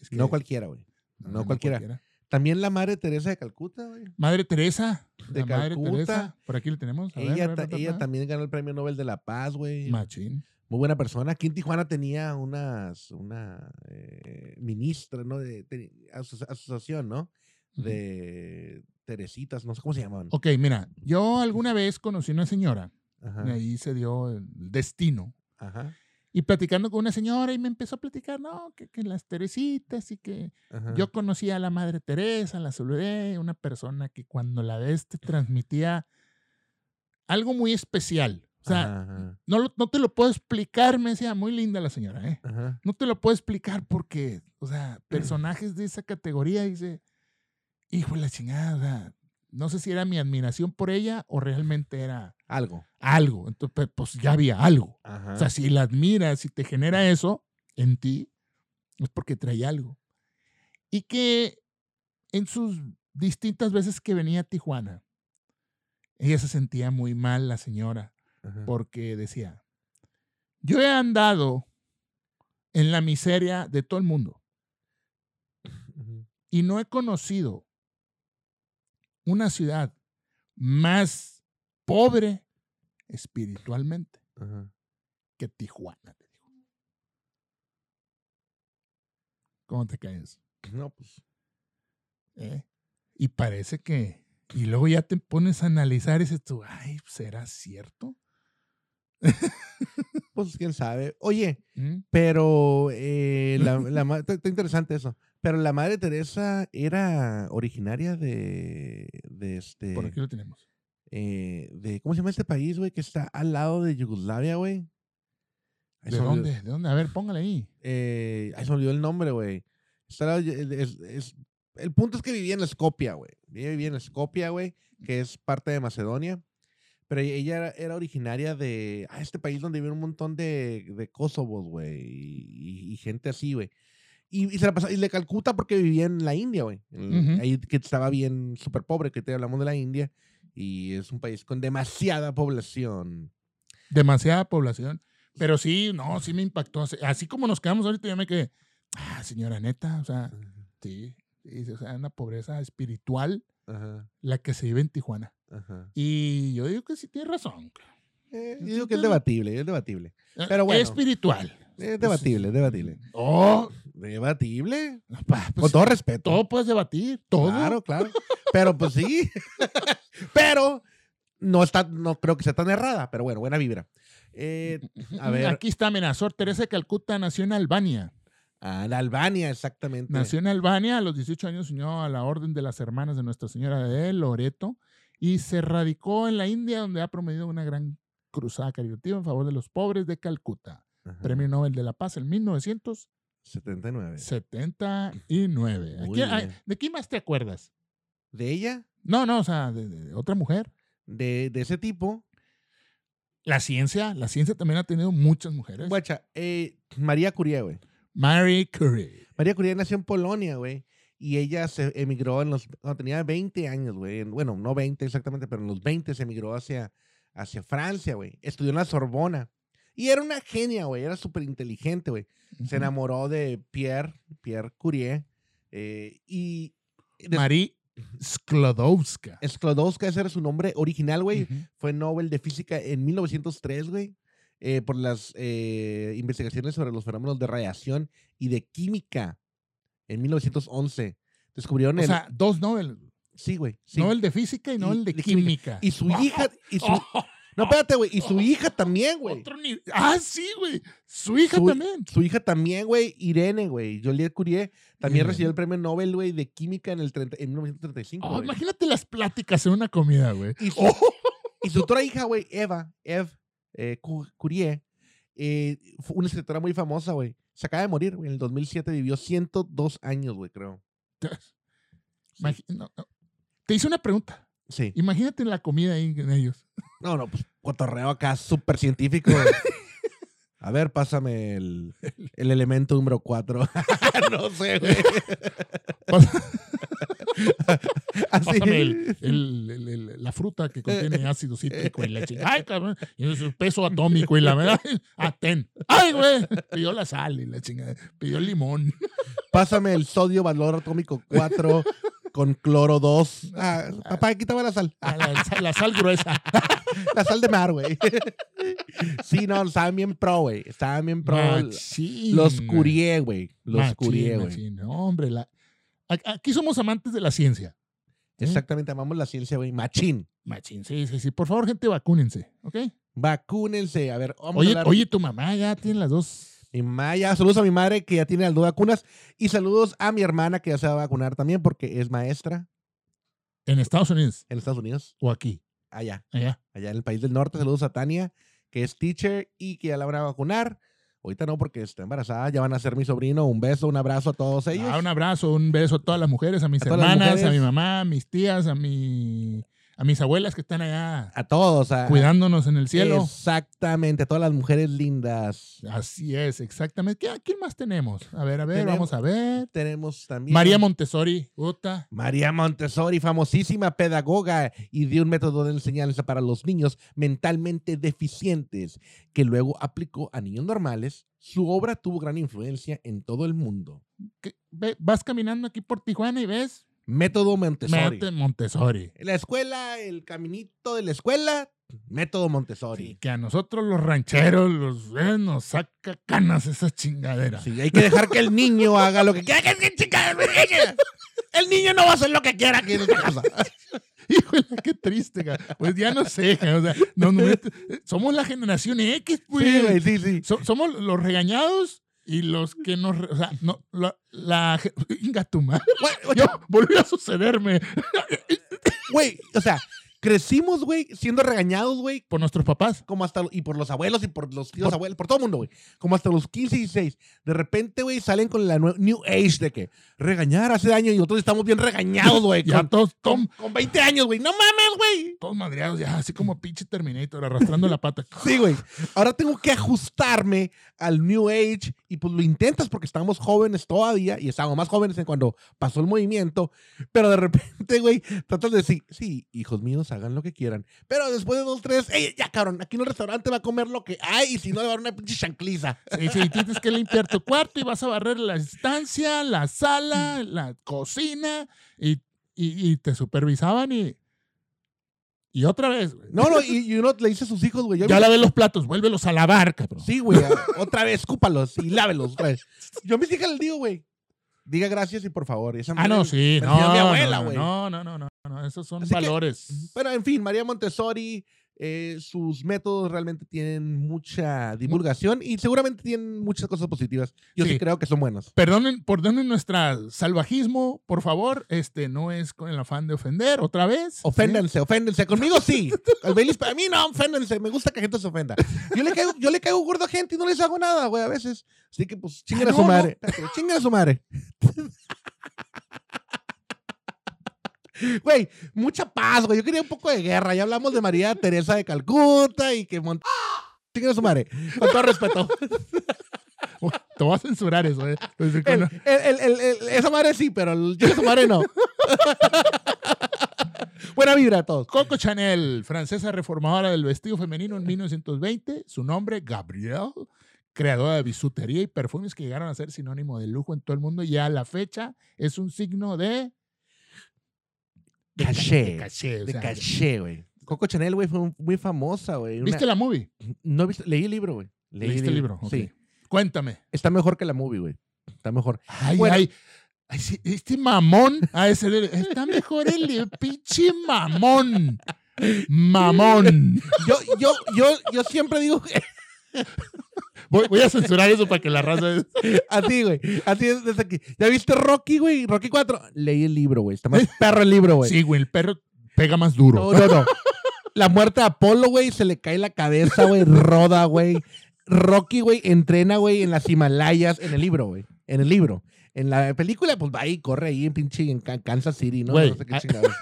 es que- No cualquiera, güey. no cualquiera. También la madre Teresa de Calcuta, güey. Madre Teresa, De la Madre Calcuta. Teresa, por aquí lo tenemos. a ver, a Ella, ver, ta- ta, ta, ella ta. también ganó el Premio Nobel de la Paz, güey. Machín. Muy buena persona. Aquí en Tijuana tenía unas, una eh, ministra, ¿no? De, te- aso- asociación, ¿no? Ujú. De Teresitas, no sé cómo se llamaban. Ok, mira, yo alguna vez conocí una señora, Ajá. y ahí se dio el destino. Ajá. Y platicando con una señora y me empezó a platicar, no, que, que las Teresitas y que Ajá. yo conocía a la Madre Teresa, la saludé, una persona que cuando la ves te transmitía algo muy especial. O sea, Ajá, no, lo- no te lo puedo explicar, me decía, muy linda la señora, ¿eh? ajá, ajá. no te lo puedo explicar porque, o sea, personajes de esa categoría, dice, hijo de la chingada, o sea, no sé si era mi admiración por ella o realmente era algo. algo. Entonces, pe- pues ya había algo. Ajá. O sea, si la admiras, si te genera eso en ti, es porque trae algo. Y que en sus distintas veces que venía a Tijuana, ella se sentía muy mal, la señora ajá. porque decía, yo he andado en la miseria de todo el mundo Ujú. y no he conocido una ciudad más pobre espiritualmente Ajá. que Tijuana. le digo. ¿Cómo te caes? No, pues. eh? Y parece que... Y luego ya te pones a analizar y dices tú, ay, ¿será cierto? Pues quién sabe. Oye, ¿Mm? pero eh, *laughs* la, la ma- está, está interesante eso. Pero la madre Teresa era originaria de, de este, Por aquí lo tenemos. eh, de ¿cómo se llama este país, güey? Que está al lado de Yugoslavia, güey. Ahí ¿De se me olvidó- dónde? ¿De dónde? A ver, póngale ahí. eh, ay, se me olvidó el nombre, güey. Está la- es- es- el punto es que vivía en Escopia, güey. Ella vivía en Escopia, güey, que es parte de Macedonia. Pero e- ella era, era originaria de ah, este país donde viven un montón de, de Kosovos, güey, y, y- y gente así, güey. Y, y se la pasaba, y de Calcuta porque vivía en la India, güey. En- Ujú. Ahí que estaba bien súper pobre, que te hablamos de la India. Y es un país con demasiada población. Demasiada población. Pero sí, no, sí me impactó. Así- Así como nos quedamos ahorita, yo me quedé, ah, señora neta, o sea, sí, sí, o sea, una pobreza espiritual Ajá, la que se vive en Tijuana. ajá. Y yo digo que sí tiene razón. Eh, yo digo Yo creo que es que- debatible, es debatible. Eh, Pero bueno. Espiritual. Es Eh, debatible, es debatible. Oh, ¿Debatible? pa, pues, Con todo respeto. todo puedes debatir, todo. Claro, claro. Pero pues sí. *laughs* pero no está, no creo que sea tan errada, pero bueno, buena vibra. Eh, a ver. Mm, Aquí está, mira, Sor Teresa de Calcuta nació en Albania. ah, en Albania, exactamente. Nació en Albania, a los 18 años se unió a la Orden de las Hermanas de Nuestra Señora de Loreto y se radicó en la India, donde ha promedido una gran cruzada caritativa en favor de los pobres de Calcuta. Ajá, Premio Nobel de la Paz en 1979. 79. ¿A Muy quién- a- bien. ¿De quién más te acuerdas? ¿De ella? No, no, o sea, de- de otra mujer. De, de ese tipo. La ciencia, la ciencia también ha tenido muchas mujeres. Guacha, eh, María Curie, güey. Marie Curie. María Curie nació en Polonia, güey. Y ella se emigró en los, cuando tenía 20 años, güey. en- Bueno, no 20 exactamente, pero en los 20 se emigró hacia, hacia Francia, güey. Estudió en la Sorbona. Y era una genia, güey. Era súper inteligente, güey. Se Ujú. enamoró de Pierre, Pierre Curie. eh, y des- Marie Sklodowska. Sklodowska, ese era su nombre original, güey. Ujú. Fue Nobel de Física en 1903, güey. eh, por las eh, investigaciones sobre los fenómenos de radiación y de química en 1911. Descubrieron O el... sea, dos Nobel. sí, güey. sí. Nobel de física y Y Nobel de de química. Y su hija... Y *laughs* su, no, espérate, güey. Y su hija también, güey. Oh, Otro ni- Ah, sí, güey. Su hija Su- también. Su hija también, güey. Irene, güey. Joliet Curie también Irene. recibió el premio Nobel, güey, de química en, el 30 en 1935. Oh, güey. imagínate las pláticas en una comida, güey. Y su, y su otra hija, güey, Eva, Eve eh, Cu- Curie, eh, fue una escritora muy famosa, güey. Se acaba de morir, güey. En el 2007 vivió 102 años, güey, creo. Sí. Imagi- no, no. Te hice una pregunta. Sí. Imagínate la comida ahí *laughs* en ellos. No, no, pues cotorreo acá, súper científico. güey. A ver, pásame el, el elemento número 4. *laughs* no sé, güey. Así. Pásame el- el- el- el- la fruta *laughs* que contiene ácido cítrico y la chingada. Ay, cabrón. Y su peso atómico y la verdad. Aten. Ay, güey. Pidió la sal y la chingada. Pidió el limón. *laughs* Pásame el sodio valor atómico 4 con cloro 2. Ah, papá, quítame la sal. Ah, La, sal- la sal gruesa. La sal de mar, güey. Sí, no, estaban bien pro, güey. Estaban bien pro. Los Machín. Curie, güey. Los Machín, Curie, güey. machín. ¿Eh? No, hombre, la- a- aquí somos amantes de la ciencia. ¿sí? Exactamente, amamos la ciencia, güey. Machín. Machín, sí, sí, sí. Por favor, gente, vacúnense, ¿ok? Vacúnense. A ver, vamos Oye, a hablar. oye, tu mamá ya tiene las dos. Mi Maya, saludos a mi madre que ya tiene las dos vacunas. Y saludos a mi hermana que ya se va a vacunar también porque es maestra ¿En Estados Unidos en Estados Unidos. o aquí? Allá, Allá. allá en el país del norte. Saludos a Tania, que es teacher y que ya la van a vacunar. Ahorita no, porque está embarazada. Ya van a ser mi sobrino. Un beso, un abrazo a todos ellos. Ah, un abrazo, un beso a todas las mujeres, a mis A todas las hermanas, a mi mujeres. mamá, a mis tías, a, mi, a mis abuelas que están allá A todos. A, cuidándonos en el cielo. Exactamente, a todas las mujeres lindas. Así es, exactamente. ¿Qué, ¿Quién más tenemos? A ver, a ver, Tenemos- vamos a ver. Tenemos también. María Montessori, Uta. María Montessori, famosísima pedagoga y dio un método de enseñanza para los niños mentalmente deficientes que luego aplicó a niños normales. Su obra tuvo gran influencia en todo el mundo. que- ve- vas caminando aquí por Tijuana y ves Método Montessori. Mete Montessori. la escuela, el caminito de la escuela, método Sí, Montessori. que a nosotros los rancheros los eh, nos saca canas esa chingadera. Sí, hay que dejar que el niño haga lo que quiera. *laughs* ¡Que- que- chica, que- El niño no va a hacer lo que quiera aquí en esta casa. *laughs* Híjole, qué triste, ca- pues ya no sé, ca- o sea, no, no, mete- somos la generación X, Sí, pues. güey, sí, sí. So- somos los regañados y los que nos, re- o sea, no, la, la ge- *laughs* *laughs* Inga tu madre. Güey, Yo volví a sucederme. Güey, o sea, Crecimos, güey, siendo regañados, güey, Por nuestros papás. como hasta, y por los abuelos y por los tíos Por- abuelos, por todo el mundo, güey. Como hasta los 15 y 16. De repente, güey, salen con la nue- New Age de que regañar hace daño y nosotros estamos bien regañados, güey. *laughs* Ya Con, todos, tom- con, con 20 años, güey. No mames, güey. todos madreados, ya así como pinche Terminator, arrastrando la pata. Sí, güey. Ahora tengo que ajustarme al New Age y pues lo intentas porque estábamos jóvenes todavía y estábamos más jóvenes en cuando pasó el movimiento, pero de repente, güey, tratas de decir, sí, hijos míos, hagan lo que quieran, pero después de dos, tres, "Ey, ya cabrón, aquí en el restaurante va a comer lo que hay y si no le va a dar una pinche chancliza. Sí, sí, tienes que limpiar tu cuarto y vas a barrer la estancia, la sala, la cocina y, y- y te supervisaban y. Y otra vez, güey. No, *laughs* no, y, y uno le dice a sus hijos, güey, yo he Ya lavé los platos, vuélvelos a lavar, cabrón. *laughs* Sí, güey. a- Otra vez, escúpalos y lávelos. güey. Yo a mis hijas les digo, güey. Diga gracias y por favor. y esa Ah, madre no, me- sí, me no. enseñó mi abuela, no, güey. no, no, no, no, no, esos son Así que- pues valores. Pero en fin, María Montessori, eh, sus métodos realmente tienen mucha divulgación y seguramente tienen muchas cosas positivas. Yo sí, Sí. creo que son buenas. Perdonen, perdonen nuestro salvajismo, por favor. Este no es con el afán de ofender, otra vez. Oféndanse, oféndense. Conmigo sí. Al Baileys, para mí no, oféndanse. Me gusta que gente se ofenda. Yo le caigo, yo le caigo gordo a gente y no les hago nada, güey, a veces. Así que pues chinguen Ah, a su no, no. madre. Espérate, Chinguen a su madre. Güey, mucha paz, güey. Yo quería un poco de guerra. Ya hablamos de María Teresa de Calcuta y que mont... Chinguen a su madre. Con todo respeto. Uy, *laughs* Te voy a censurar *laughs* eso, eh. Desde El- cuando- el- el- el- el- esa madre sí, pero el chingue su madre no. Buena vibra a todos. Coco Chanel, francesa reformadora del vestido femenino en 1920, su nombre Gabrielle, creadora de bisutería y perfumes que llegaron a ser sinónimo de lujo en todo el mundo y a la fecha es un signo de de ca- Caché. de caché, o De sea, caché, güey. Coco Chanel, güey, fue un- muy famosa, güey. Una- ¿Viste la movie? No he visto- leí el libro, güey. Leí ¿Leíste el libro? Sí. Ok. Cuéntame. Está mejor que la movie, güey. Está mejor. Ay, Bueno. ay, ay, sí, este mamón a ese está mejor el li- pinche mamón. Mamón. Yo, yo, yo, yo siempre digo Voy, voy a censurar eso para que la raza así, güey. Así es desde aquí. ¿Ya viste Rocky, güey? Rocky 4. Leí el libro, güey. Está *laughs* más perro el libro, güey. Sí, güey, el perro pega más duro. No, no, no. La muerte de Apolo, güey, se le cae la cabeza, güey, roda, güey. Rocky, güey, entrena, güey, en las Himalayas, en el libro, güey. En el libro. En la película, pues va y corre ahí en pinche en Ca- Kansas City, ¿no? Güey, No sé qué ah. *laughs* chingados.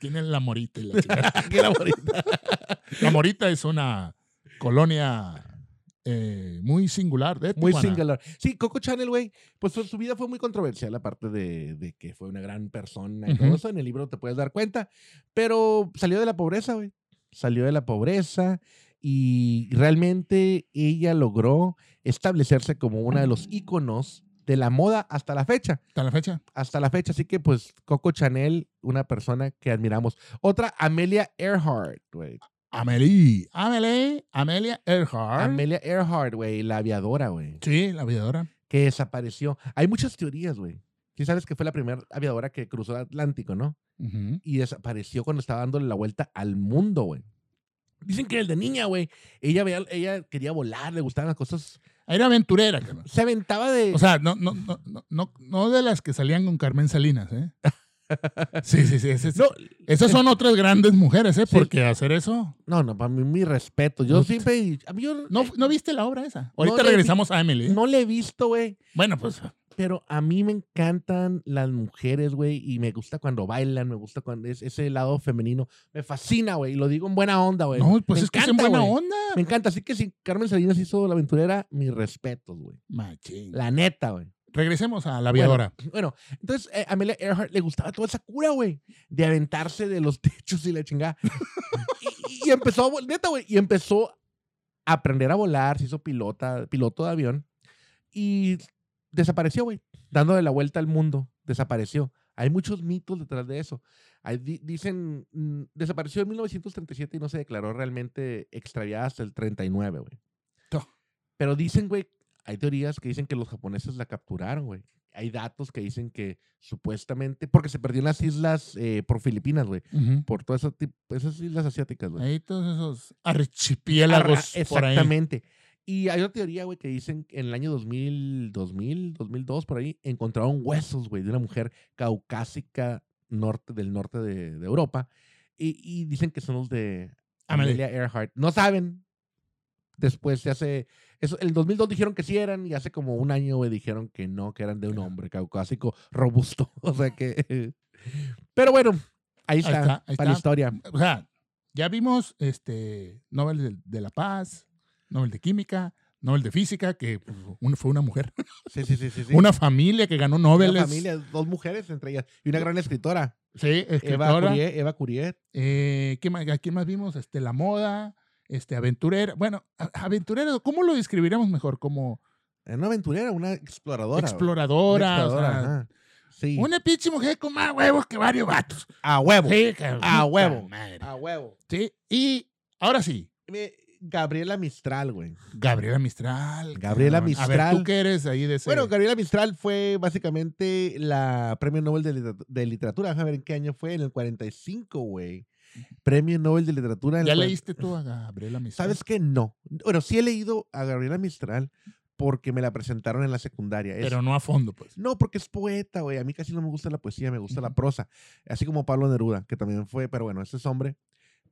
Tienen la morita. y la, chingada. Qué la bonita. la morita es una colonia eh, muy singular de Muy Tijuana. singular. Sí, Coco Chanel, güey, pues su, su vida fue muy controversial, aparte de, de que fue una gran persona y todo Ujú. eso. En el libro te puedes dar cuenta. Pero salió de la pobreza, güey. Salió de la pobreza y realmente ella logró establecerse como una de los íconos de la moda hasta la fecha. Hasta la fecha. Hasta la fecha. Así que, pues, Coco Chanel, una persona que admiramos. Otra, Amelia Earhart, güey. Amelie. Amelie. Amelia Earhart. Amelia Earhart, güey, la aviadora, güey. sí, la aviadora. que desapareció. Hay muchas teorías, güey. Sí sabes que fue la primera aviadora que cruzó el Atlántico, ¿no? Ujú. Y desapareció cuando estaba dándole la vuelta al mundo, güey. Dicen que el de niña, güey. Ella, veía- ella quería volar, le gustaban las cosas. Era aventurera, cabrón. Se aventaba de... O sea, no, no, no, no- no, no de las que salían con Carmen Salinas, ¿eh? Sí, sí, sí. ese- no, Esas son otras grandes mujeres, ¿eh? Sí. Porque hacer eso. no, no, para mí mi respeto. Yo No. siempre... A mí yo ¿No, ¿No viste la obra esa? Ahorita Eh, no vi. regresamos a Emily. no le he visto, güey. Bueno, pues Pero a mí me encantan las mujeres, güey, y me gusta cuando bailan, me gusta cuando es ese lado femenino. Me fascina, güey, y lo digo en buena onda, güey. No, pues Me es que es en encanta, buena güey. onda. Me encanta. Así que si Carmen Salinas hizo La Aventurera, mis respetos, güey. Machín. La neta, güey. Regresemos a la aviadora. *clears throat* Bueno, entonces eh, a Amelia Earhart le gustaba toda esa cura, güey. De aventarse de los *laughs* techos y la chingada. y, y empezó, a vol- neta, güey. Y empezó a aprender a volar. Se hizo pilota, piloto de avión. Y desapareció, güey. Dándole la vuelta al mundo. Desapareció. Hay muchos mitos detrás de eso. Hay di- dicen, mm, desapareció en 1937 y no se declaró realmente extraviada hasta el 39, güey. To. Pero dicen, güey, hay teorías que dicen que los japoneses la capturaron, güey. Hay datos que dicen que supuestamente, porque se perdió en las islas eh, por Filipinas, güey, Ujú. por todas esas, tip- esas islas asiáticas, güey. Pues, Ahí todos esos Arra- archipiélagos por ahí. Exactamente. Y hay otra teoría, güey, que dicen que en el año 2000, 2000, 2002, por ahí, encontraron huesos, güey, de una mujer caucásica norte, del norte de, de Europa. y, y dicen que son los de Amelie. Amelia Earhart. No saben. Después se hace. Eso, el 2002 dijeron que sí eran y hace como un año güey, dijeron que no, que eran de un hombre caucásico robusto. *laughs* O sea que. Pero bueno, ahí está, está, ahí para la está. historia. O sea, ya vimos este Nobel de, de la Paz, Nobel de Química, Nobel de Física, que pues, un- fue una mujer. Sí, sí, sí. sí, sí. Una familia que ganó Una Nobel. familia, dos mujeres entre ellas y una gran escritora, Sí, Eva escritora. Curie. Eva Curie. Eh, ¿qué más, ¿A quién más vimos? Este, la moda, este, aventurera. Bueno, a- aventurera, ¿cómo lo describiríamos mejor? Como Era Una aventurera, una exploradora. güey. exploradora. Una o sea, exploradora, ajá. Sí. Una pinche mujer con más huevos que varios vatos. A huevo. Sí, cabrón. A Puta huevo. madre. A huevo. Sí, y ahora sí, Me- Gabriela Mistral, güey. Gabriela Mistral. Gabriela cabrón. A ver, Mistral. ¿tú qué eres ahí de ese? Bueno, Gabriela Mistral fue básicamente la premio Nobel de, Literat- de literatura. A ver en qué año fue, en el 45, güey. Premio Nobel de literatura. en el ¿Ya cua- leíste tú a Gabriela Mistral? ¿Sabes qué? No. Bueno, sí he leído a Gabriela Mistral porque me la presentaron en la secundaria. Es- Pero no a fondo, pues. No, porque es poeta, güey. A mí casi no me gusta la poesía, me gusta la Ujú. prosa. Así como Pablo Neruda, que también fue, pero bueno, ese es hombre.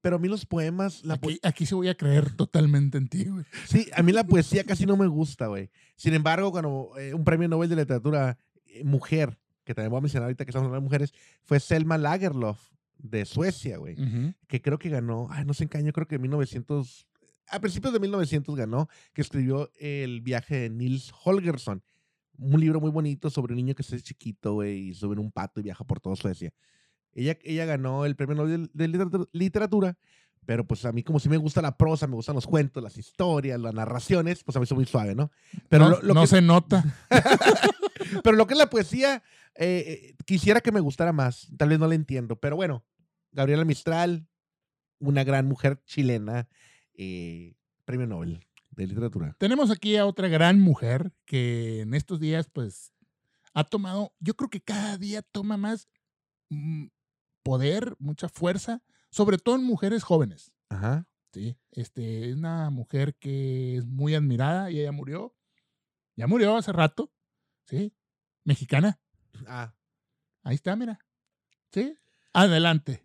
Pero a mí los poemas, la Aquí, aquí sí voy a creer totalmente en ti, güey. Sí, a mí la poesía casi no me gusta, güey. Sin embargo, cuando eh, un premio Nobel de literatura eh, mujer, que también voy a mencionar ahorita que estamos hablando de mujeres, fue Selma Lagerlof de Suecia, güey, Ujú. que creo que ganó, ay, no sé en qué año, creo que en 1900, a principios de 1900 ganó, que escribió El viaje de Nils Holgersson, un libro muy bonito sobre un niño que es chiquito, güey, y sube en un pato y viaja por toda Suecia. Ella, ella ganó el premio Nobel de literatu- literatura pero pues a mí como si me gusta la prosa, me gustan los cuentos, las historias, las narraciones, pues a mí soy muy suave, ¿no? Pero, no lo, lo no que, se nota. pero lo que es la poesía, eh, eh, quisiera que me gustara más, tal vez no la entiendo, pero bueno, Gabriela Mistral, una gran mujer chilena, eh, premio Nobel de literatura. Tenemos aquí a otra gran mujer que en estos días, pues, ha tomado, yo creo que cada día toma más mm, poder, mucha fuerza, sobre todo en mujeres jóvenes. Ajá. Sí, este, es una mujer que es muy admirada y ella murió, ya murió hace rato, sí, mexicana. Ah, Ahí está, mira. Sí, adelante.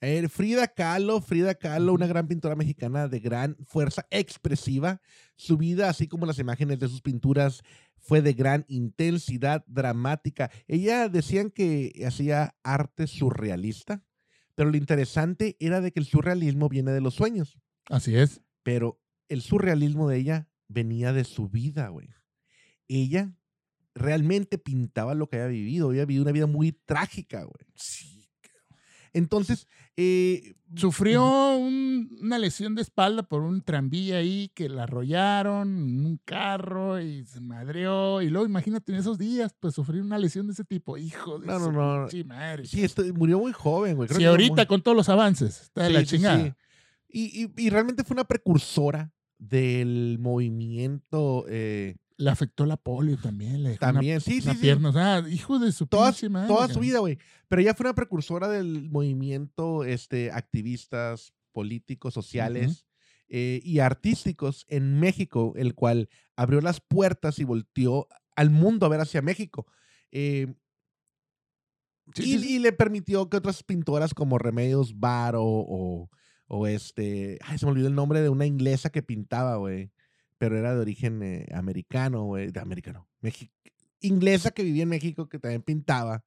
Eh, Frida Kahlo, Frida Kahlo, una gran pintora mexicana de gran fuerza expresiva. Su vida, así como las imágenes de sus pinturas, fue de gran intensidad dramática. Ella decían que hacía arte surrealista, pero lo interesante era de que el surrealismo viene de los sueños, Así es. pero el surrealismo de ella venía de su vida, güey. Ella realmente pintaba lo que había vivido. Ella vivido una vida muy trágica, güey. Entonces, eh, Sufrió un- una lesión de espalda por un tranvía ahí que la arrollaron en un carro y se madreó. Y luego, imagínate en esos días, pues sufrir una lesión de ese tipo. Hijo de No, no, su no. pinche madre. Sí, este, murió muy joven, güey. Creo si que murió ahorita muy- con todos los avances, está de Sí, la sí, sí. chingada. Y, y- y realmente fue una precursora del movimiento eh, Le afectó la polio también, le dejó una también. sí, sí, una sí. pierna. O sea, hijo de su Toda, pinche madre, toda su cabrón. vida, güey. Pero ella fue una precursora del movimiento este, activistas, políticos, sociales eh, y artísticos en México, el cual abrió las puertas y volteó al mundo a ver hacia México. Eh, Sí, y, sí, sí. y le permitió que otras pintoras como Remedios Varo o, o este. Ay, se me olvidó el nombre de una inglesa que pintaba, güey. Pero era de origen eh, americano, güey. De americano. Mexi- inglesa que vivía en México que también pintaba.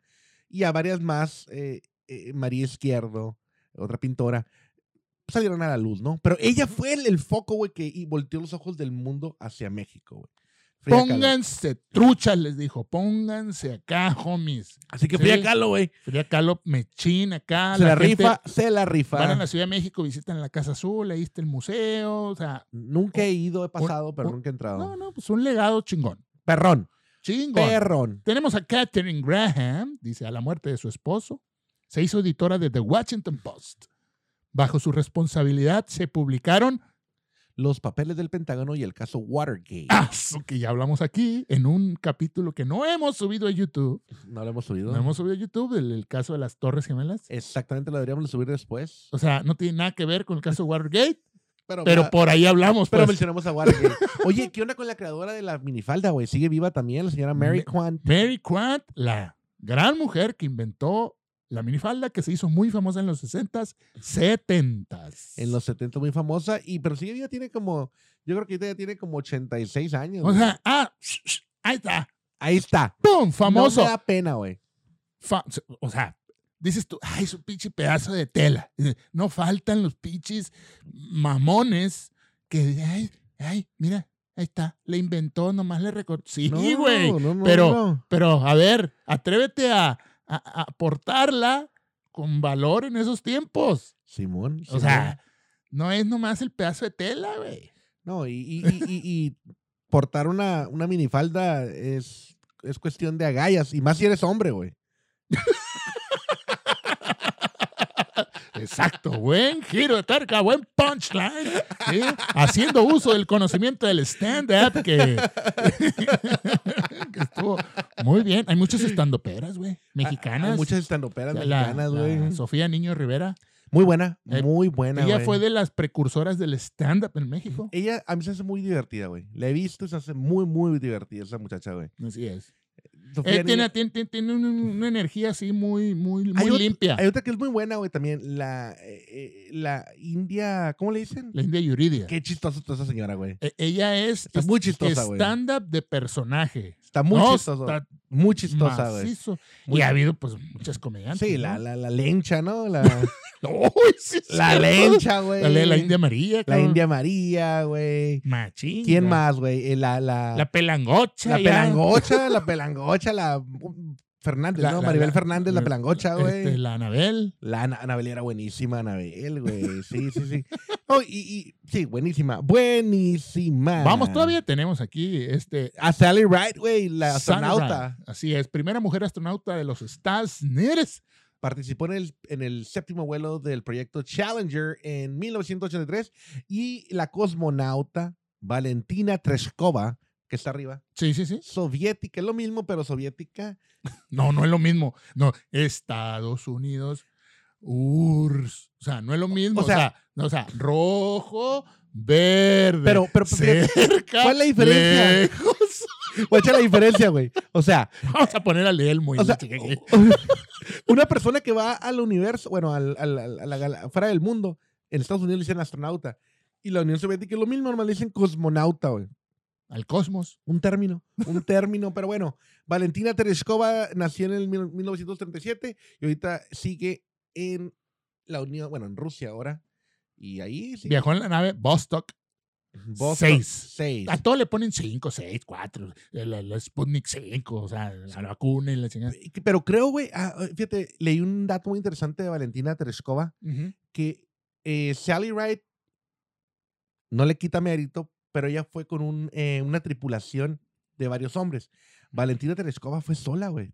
Y a varias más. eh, eh, María Izquierdo, otra pintora. Salieron a la luz, ¿no? Pero ella fue el, el foco, güey, que y volteó los ojos del mundo hacia México, güey. Frida Kahlo. Pónganse truchas, les dijo. Pónganse acá, homies. Así que Sí. Frida Kahlo, güey. Frida Kahlo mechín acá. se la, gente- rifa, se la rifa. Van a la Ciudad de México, visitan la Casa Azul, ahí está el museo. O sea, Nunca he ido, he pasado, pero un- nunca he entrado. no, no, pues un legado chingón. Perrón, Chingón. perrón. Tenemos a Katherine Graham, dice, a la muerte de su esposo, se hizo editora de The Washington Post. Bajo su responsabilidad se publicaron Los papeles del Pentágono y el caso Watergate. Ah, su- que ya hablamos aquí en un capítulo que no hemos subido a YouTube. No lo hemos subido. No hemos subido a YouTube el, el caso de las Torres Gemelas. Exactamente, lo deberíamos de subir después. O sea, no tiene nada que ver con el caso Watergate, *laughs* Pero, pero ah, por ahí hablamos. pero pues. mencionamos a Watergate. Oye, ¿qué onda con la creadora de la minifalda, güey? Sigue viva también la señora Mary Me- Quant. Mary Quant, la gran mujer que inventó La minifalda que se hizo muy famosa en los 60s, 70s. En los 70 muy famosa, y pero sí, ya tiene como, yo creo que ahorita ya tiene como 86 años. O güey. sea, ah, sh- sh- ahí está. Ahí está. ¡Pum! No Famoso. me da pena, güey. Fa- o sea, dices tú, ay, su pinche pedazo de tela. Dices, No faltan los pinches mamones que, ay, ay, mira, ahí está, le inventó, nomás le recortó. Sí, No, güey. no, no, pero- no. Pero, a ver, atrévete a, a, a aportarla con valor en esos tiempos. Simón. O Simón. sea, no es nomás el pedazo de tela, güey. No, y, y, y- y- y portar una, una minifalda es, es cuestión de agallas. Y más si eres hombre, güey. Exacto, buen giro de tarca, buen punchline, ¿sí? haciendo uso del conocimiento del stand-up que, *laughs* que estuvo muy bien. Hay muchas estandoperas, güey, mexicanas. Hay muchas estandoperas La- mexicanas, la güey. Sofía Niño Rivera, Muy buena, Eh, muy buena, ella güey. fue de las precursoras del stand-up en México. Ella a mí se hace muy divertida, güey. La he visto, y se hace muy, muy divertida esa muchacha, güey. Así es. *laughs* Sofía Eh, tiene, Niño- tiene- tiene- tiene un- un- una energía así muy, muy, Hay muy ot- limpia. Hay otra que es muy buena, güey, también. La, eh, eh, la India, ¿cómo le dicen? La India Yuridia. Qué chistosa está esa señora, güey. Eh, ella es Está muy chistosa, güey. stand-up de personaje. Está muy No, chistosa. está Muy chistosa, güey. macizo. Muy- Y ha habido, pues, muchas comediantes. Sí, ¿no? la, la, la lencha, ¿no? La, *laughs* Uy, *laughs* sí, es la cierto. lencha, güey. La, la India María. La cabrón. India María, güey. Machín. ¿Quién güey. más, güey? Eh, La, la, La pelangocha. la ya. pelangocha, *laughs* la pelangocha, la um, Fernández, La- ¿no? la- Maribel la- Fernández, la la- pelangocha, güey. Este, la Anabel. La Ana- Anabel era buenísima, Anabel, güey. Sí, sí, sí. Oh, y, y- sí, buenísima. Buenísima. Vamos, todavía tenemos aquí este. A Sally Wright, güey, la Sarah astronauta. Ryan. Así es, primera mujer astronauta de los Estados Unidos. Participó en el, en el séptimo vuelo del proyecto Challenger en 1983 y la cosmonauta Valentina Treskova, que está arriba, Sí, sí, sí. soviética, es lo mismo, pero soviética. No, no es lo mismo. No, Estados Unidos, URSS. O sea, no es lo mismo. O sea- sea, no, o sea rojo, verde. Pero- pero- pero- cerca, ¿cuál es la diferencia? *laughs* lejos. Guacha la diferencia, güey. O sea, Vamos a poner a leer muy O sea, bien. *laughs* una persona que va al universo, bueno, al, al- al- a la gala- fuera del mundo, en Estados Unidos le dicen astronauta. Y la Unión Soviética es lo mismo, normal le dicen cosmonauta, güey. al cosmos. Un término, un término, pero bueno. Valentina Tereshkova nació en el mil- 1937 y ahorita sigue en la Unión, bueno, en Rusia ahora. Y ahí sí. Viajó en la nave Vostok. Vostok, seis. Seis. A todo le ponen 5, 6, 4. Eh, La, la Sputnik 5, o sea, la vacuna y la chingada. Y que- Pero creo, güey, ah, fíjate, leí un dato muy interesante de Valentina Tereshkova. que eh, Sally Wright no le quita mérito, pero ella fue con un, eh, una tripulación de varios hombres. Valentina Tereshkova fue sola, güey.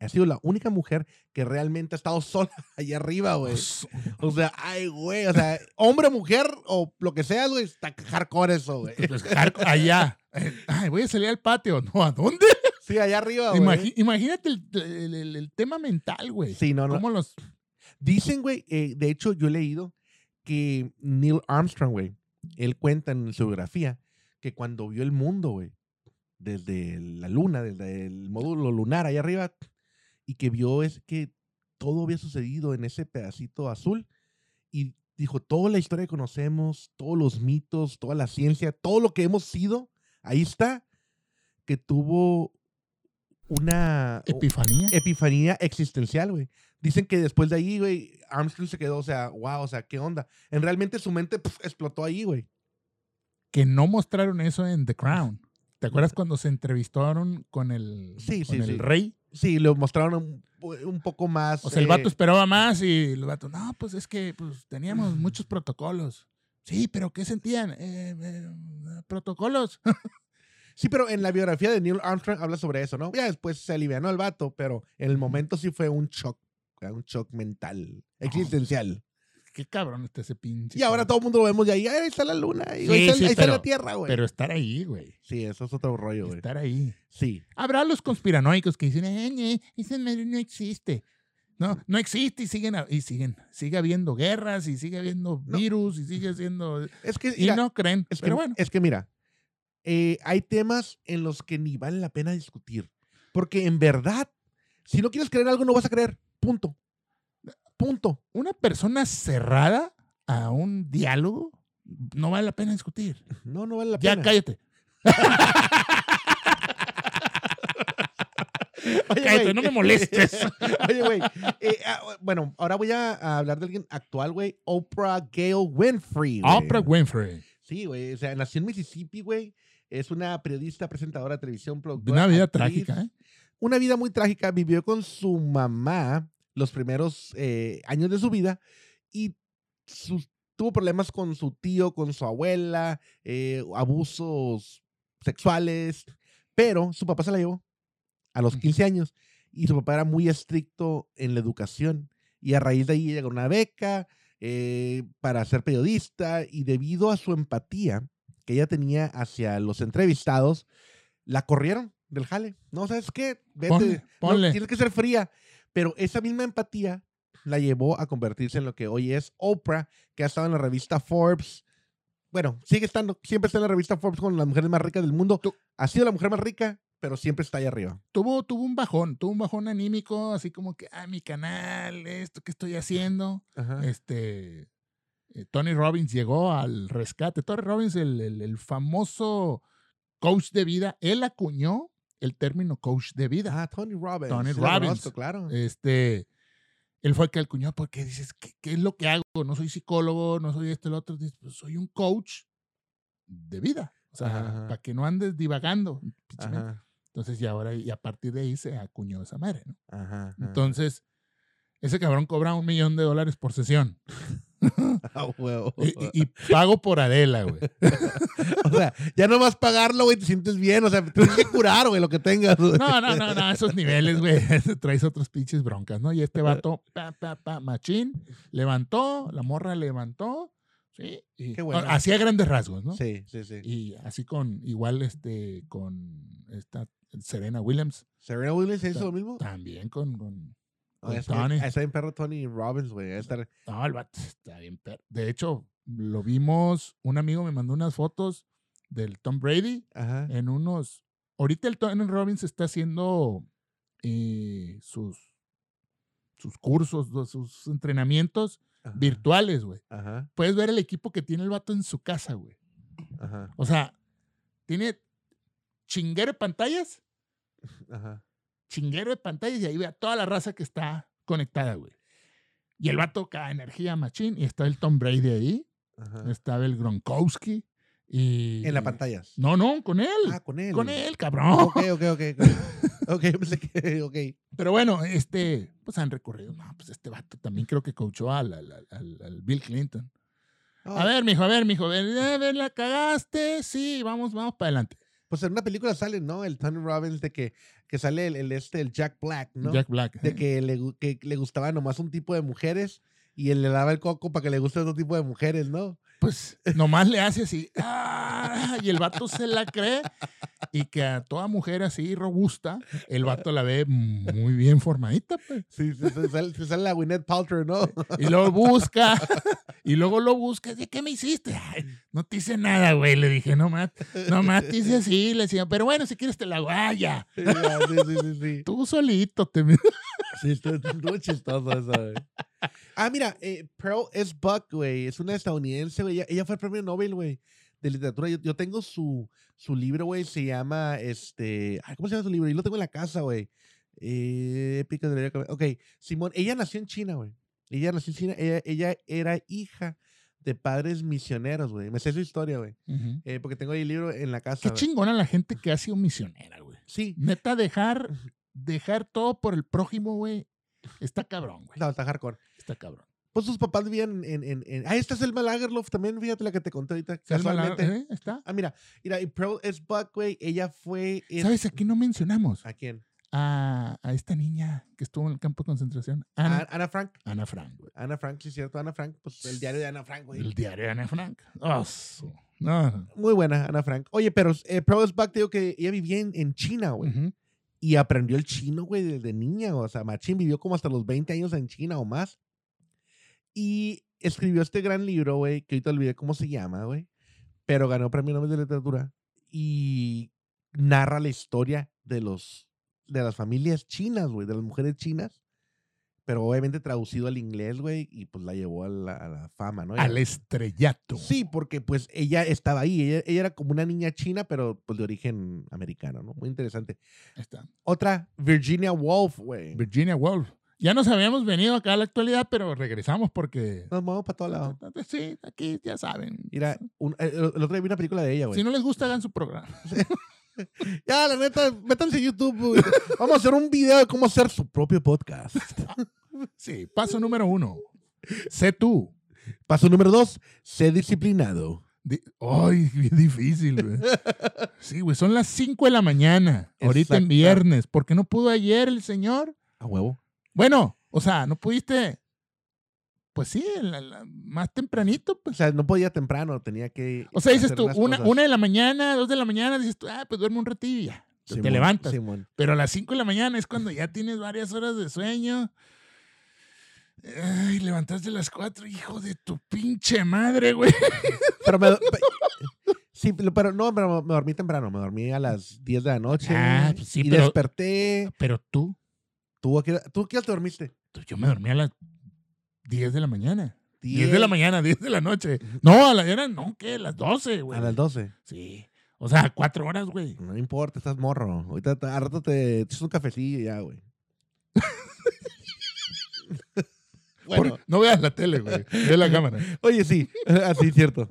Ha sido la única mujer que realmente ha estado *laughs* sola allá arriba, güey. Pues, O sea, ay, güey. O sea, hombre, mujer o lo que sea, güey, está hardcore eso, güey. pues, Jarco- allá. Eh, Ay, voy a salir al patio. No, ¿a dónde? *laughs* Sí, allá arriba, güey. Imagi- imagínate el, el- el- el tema mental, güey. Sí, no, no. ¿Cómo los.? Dicen, güey, eh, de hecho yo he leído que Neil Armstrong, güey, él cuenta en su biografía que cuando vio el mundo, güey, desde la luna, desde el módulo lunar allá arriba, y que vio es que todo había sucedido en ese pedacito azul, y dijo, toda la historia que conocemos, todos los mitos, toda la ciencia, todo lo que hemos sido, ahí está, que tuvo una... Epifanía. epifanía existencial, güey. Dicen que después de ahí, güey, Armstrong se quedó, o sea, wow, o sea, ¿qué onda? En realmente su mente pf, explotó ahí, güey. Que no mostraron eso en The Crown. ¿Te acuerdas cuando se entrevistaron con el, Sí, con sí, el sí. rey? Sí, lo mostraron un, un poco más. O sea, el eh, vato esperaba más y el vato, no, pues es que pues, teníamos muchos protocolos. Sí, pero ¿qué sentían? Eh, eh, protocolos. *laughs* Sí, pero en la biografía de Neil Armstrong habla sobre eso, ¿no? Ya después se alivianó el vato, pero en el momento sí fue un shock, eh, un shock mental, Ah, existencial. Qué cabrón está ese pinche. y ahora cabrón. todo el mundo lo vemos de ahí, "Ah, ahí está la luna, ahí, Sí, ahí está, sí, ahí está la pero- tierra, güey. Pero estar ahí, güey. Sí, eso es otro rollo, güey. Estar ahí. Sí. Habrá los conspiranoicos que dicen, eh, eh, ese madre no existe. No, no existe y siguen, a- y siguen, sigue habiendo guerras y sigue habiendo No. virus y sigue habiendo... Es que, Y mira, no creen, Es que, pero bueno. es que mira, eh, hay temas en los que ni vale la pena discutir. Porque en verdad, si no quieres creer algo, no vas a creer. Punto. Punto. Una persona cerrada a un diálogo no vale la pena discutir. No, no vale la Ya pena. cállate. Oye, cállate, güey. no me molestes. *laughs* Oye, güey. eh, ah, bueno, ahora voy a, a hablar de alguien actual, güey. Oprah Gale Winfrey. güey. Oprah Winfrey. Sí, güey. O sea, nació en Mississippi, güey. Es una periodista, presentadora de televisión, De productora. una vida actriz. trágica, ¿eh? Una vida muy trágica. Vivió con su mamá los primeros eh, años de su vida y sus- tuvo problemas con su tío, con su abuela, eh, abusos sexuales. Pero su papá se la llevó a los Ujú. 15 años y su papá era muy estricto en la educación. Y a raíz de ahí llegó una beca eh, para ser periodista y debido a su empatía que ella tenía hacia los entrevistados, la corrieron del jale. No, ¿sabes qué? Vete. Ponle, No, ponle. tienes que ser fría. Pero esa misma empatía la llevó a convertirse en lo que hoy es Oprah, que ha estado en la revista Forbes. Bueno, sigue estando, siempre está en la revista Forbes con las mujeres más ricas del mundo. Tú- Ha sido la mujer más rica, pero siempre está ahí arriba. Tuvo, tuvo un bajón, tuvo un bajón anímico, así como que, ah, mi canal, esto que estoy haciendo. Ah. Este. eh, Tony Robbins llegó al rescate. Tony Robbins, el, el- el famoso coach de vida, él acuñó el término coach de vida. Ah, Tony Robbins. Eh, Eh, Tony Sí, lo Robbins. conozco, claro. Este, él fue el que acuñó porque dices, ¿qué, qué es lo que hago? No soy psicólogo, no soy esto, lo otro. Dices, "Pues soy un coach de vida. O Ajá, sea, ajá. para que no andes divagando. pichamente. Ajá, Entonces, y ahora, y a partir de ahí se acuñó esa madre, ¿no? ajá, ajá. *laughs* Entonces, ese cabrón cobra un millón de dólares por sesión. Ah, huevo. Y, y- y pago por Adela, güey. O *laughs* sea, ya no vas a pagarlo, güey, te sientes bien. O sea, tienes que curar, güey, lo que tengas. güey. No, no, no, no, esos niveles, güey. *laughs* Traes otros pinches broncas, ¿no? Y este vato, pa, pa, pa, machín, levantó, la morra levantó, ¿sí? Y, Qué bueno. ah, Así a grandes rasgos, ¿no? Sí, sí, sí. Y así con, igual, este, con esta Serena Williams, Serena Williams hizo lo mismo. también con, con, No, con es que Tony. Está bien perro Tony Robbins, güey. Ha de estar- No, el vato está bien, per- De hecho, lo vimos, un amigo me mandó unas fotos del Tom Brady, Ajá. en unos. Ahorita el Tony Robbins está haciendo eh, sus, sus cursos, do- sus entrenamientos ajá, virtuales, güey. Ajá, Puedes ver el equipo que tiene el vato en su casa, güey. ajá, O sea, tiene chinguero de pantallas, ajá. chinguero de pantallas, y ahí ve a toda la raza que está conectada, güey. Y el vato cada energía machín, y está el Tom Brady ahí, ajá. estaba el Gronkowski, y... Ah. En la pantalla. No, no, con él, Ah, con él. con él, cabrón. Ok, ok, ok. ok. *laughs* Ok, *laughs* yo pensé que. Ok. Pero bueno, este, pues han recorrido. No, pues este vato también creo que coachó al, al- al- al- al Bill Clinton. No, A ver, mijo, a ver, mijo, a ver, a ver, la cagaste. Sí, vamos, vamos para adelante. Pues en una película sale, ¿no? El Tony Robbins de que, que sale el, el este, el Jack Black, ¿no? Jack Black. De ¿eh? que le, gu- que le gustaba nomás un tipo de mujeres y él le daba el coco para que le guste otro tipo de mujeres, ¿no? Pues nomás le hace así. ¡ah! Y el vato se la cree. Y que a toda mujer así robusta, el vato la ve muy bien formadita, pues. Sí, se, se sale, se sale la Gwyneth Paltrow, ¿no? Y lo busca. Y luego lo busca. ¿De qué me hiciste? Ay, no te hice nada, güey. Le dije, no más, no más te hice así. Le decía, pero bueno, si quieres te la ah, guaya. *laughs* Sí, ah, sí, sí, sí, sí. Tú solito te. *laughs* Sí, estuvo estuvo chistoso eso, güey. Ah, mira, eh, Pearl S. Buck, güey, es una estadounidense, güey. Ella, ella fue el premio Nobel, güey, de literatura. Yo, yo tengo su, su libro, güey, se llama, este, ay, ¿cómo se llama su libro? Yo lo tengo en la casa, güey. Eh, épica de la... Vida- Ok, Simón, ella nació en China, güey. Ella nació en China, ella, ella era hija de padres misioneros, güey. Me sé su historia, güey, eh, porque tengo ahí el libro en la casa. Qué güey. chingona la gente que ha sido misionera, güey. Sí, Neta, dejar, dejar todo por el prójimo, güey. Está cabrón, güey. no, está hardcore. Está cabrón. Pues sus papás vivían en... en, en... Ah, esta es Selma Lagerlof también, fíjate la que te conté ahorita. Salma, Casualmente. ¿eh? ¿Está? Ah, mira, mira, y Pearl S. Buck, güey, ella fue... es- ¿Sabes? Aquí no mencionamos ¿A quién? a, a esta niña que estuvo en el campo de concentración. A- Ana, Ana, Frank. Ana Frank, güey. Ana Frank, sí, cierto. Ana Frank, pues el diario de Ana Frank, güey. El diario de Ana Frank. Ah, su- no, no. Muy buena, Ana Frank. Oye, pero eh, Pearl S. Buck, te digo que ella vivía en, en China, güey. Ujú. Y aprendió el chino, güey, desde niña. O sea, Machín vivió como hasta los 20 años en China o más. Y escribió este gran libro, güey, que ahorita olvidé cómo se llama, güey. Pero ganó premio Nobel de Literatura. Y narra la historia de los de las familias chinas, güey, de las mujeres chinas Pero obviamente traducido al inglés, güey, y pues la llevó a la, a la fama, ¿no? Al estrellato. Sí, porque pues ella estaba ahí. Ella, ella era como una niña china, pero pues de origen americano, ¿no? Muy interesante. Ahí está. Otra, Virginia Woolf, güey. Virginia Woolf. Ya nos habíamos venido acá a la actualidad, pero regresamos porque. Nos vamos para todos lados. Sí, aquí ya saben. Mira, un- eh, el, el otro día vi una película de ella, güey. si no les gusta, hagan su programa. *laughs* Ya, la neta, métanse a YouTube. güey. Vamos a hacer un video de cómo hacer su propio podcast. Sí, paso número uno. Sé tú. Paso número dos, sé disciplinado. Di- Ay, *laughs* bien difícil, güey. Sí, güey, son las 5 de la mañana, ahorita en Exacto. viernes. ¿Por qué no pudo ayer el señor? A huevo. Bueno, o sea, no pudiste. Pues sí, la- la- más tempranito, O pues. sea, no podía temprano, tenía que. O sea, dices hacer tú, las una, cosas. una de la mañana, dos de la mañana, dices tú, ah, pues duerme un ratillo y ya. Te- te Simón, levantas. Simón. Pero a las 5 de la mañana es cuando ya tienes varias horas de sueño. Ay, levantaste a las 4, hijo de tu pinche madre, güey. Pero me. pe- Sí, pero pero no, pero me dormí temprano. Me dormí a las 10 de la noche. Ah, pues sí, y pero- desperté. Pero tú, ¿Tú a qué, tú a qué hora te dormiste? tú- yo me dormí a las 10 de la mañana. 10, de Diez- la mañana, *laughs* 10 de la noche. No, a la eran, no, ¿qué? Las 12, güey. A las 12. Sí. O sea, 4 horas, güey. No importa, estás morro. Ahorita te- al rato te echas un cafecillo y ya, *laughs* güey. bueno. Por- no veas la tele, güey. Ve la *laughs* cámara. Oye, sí, así es cierto.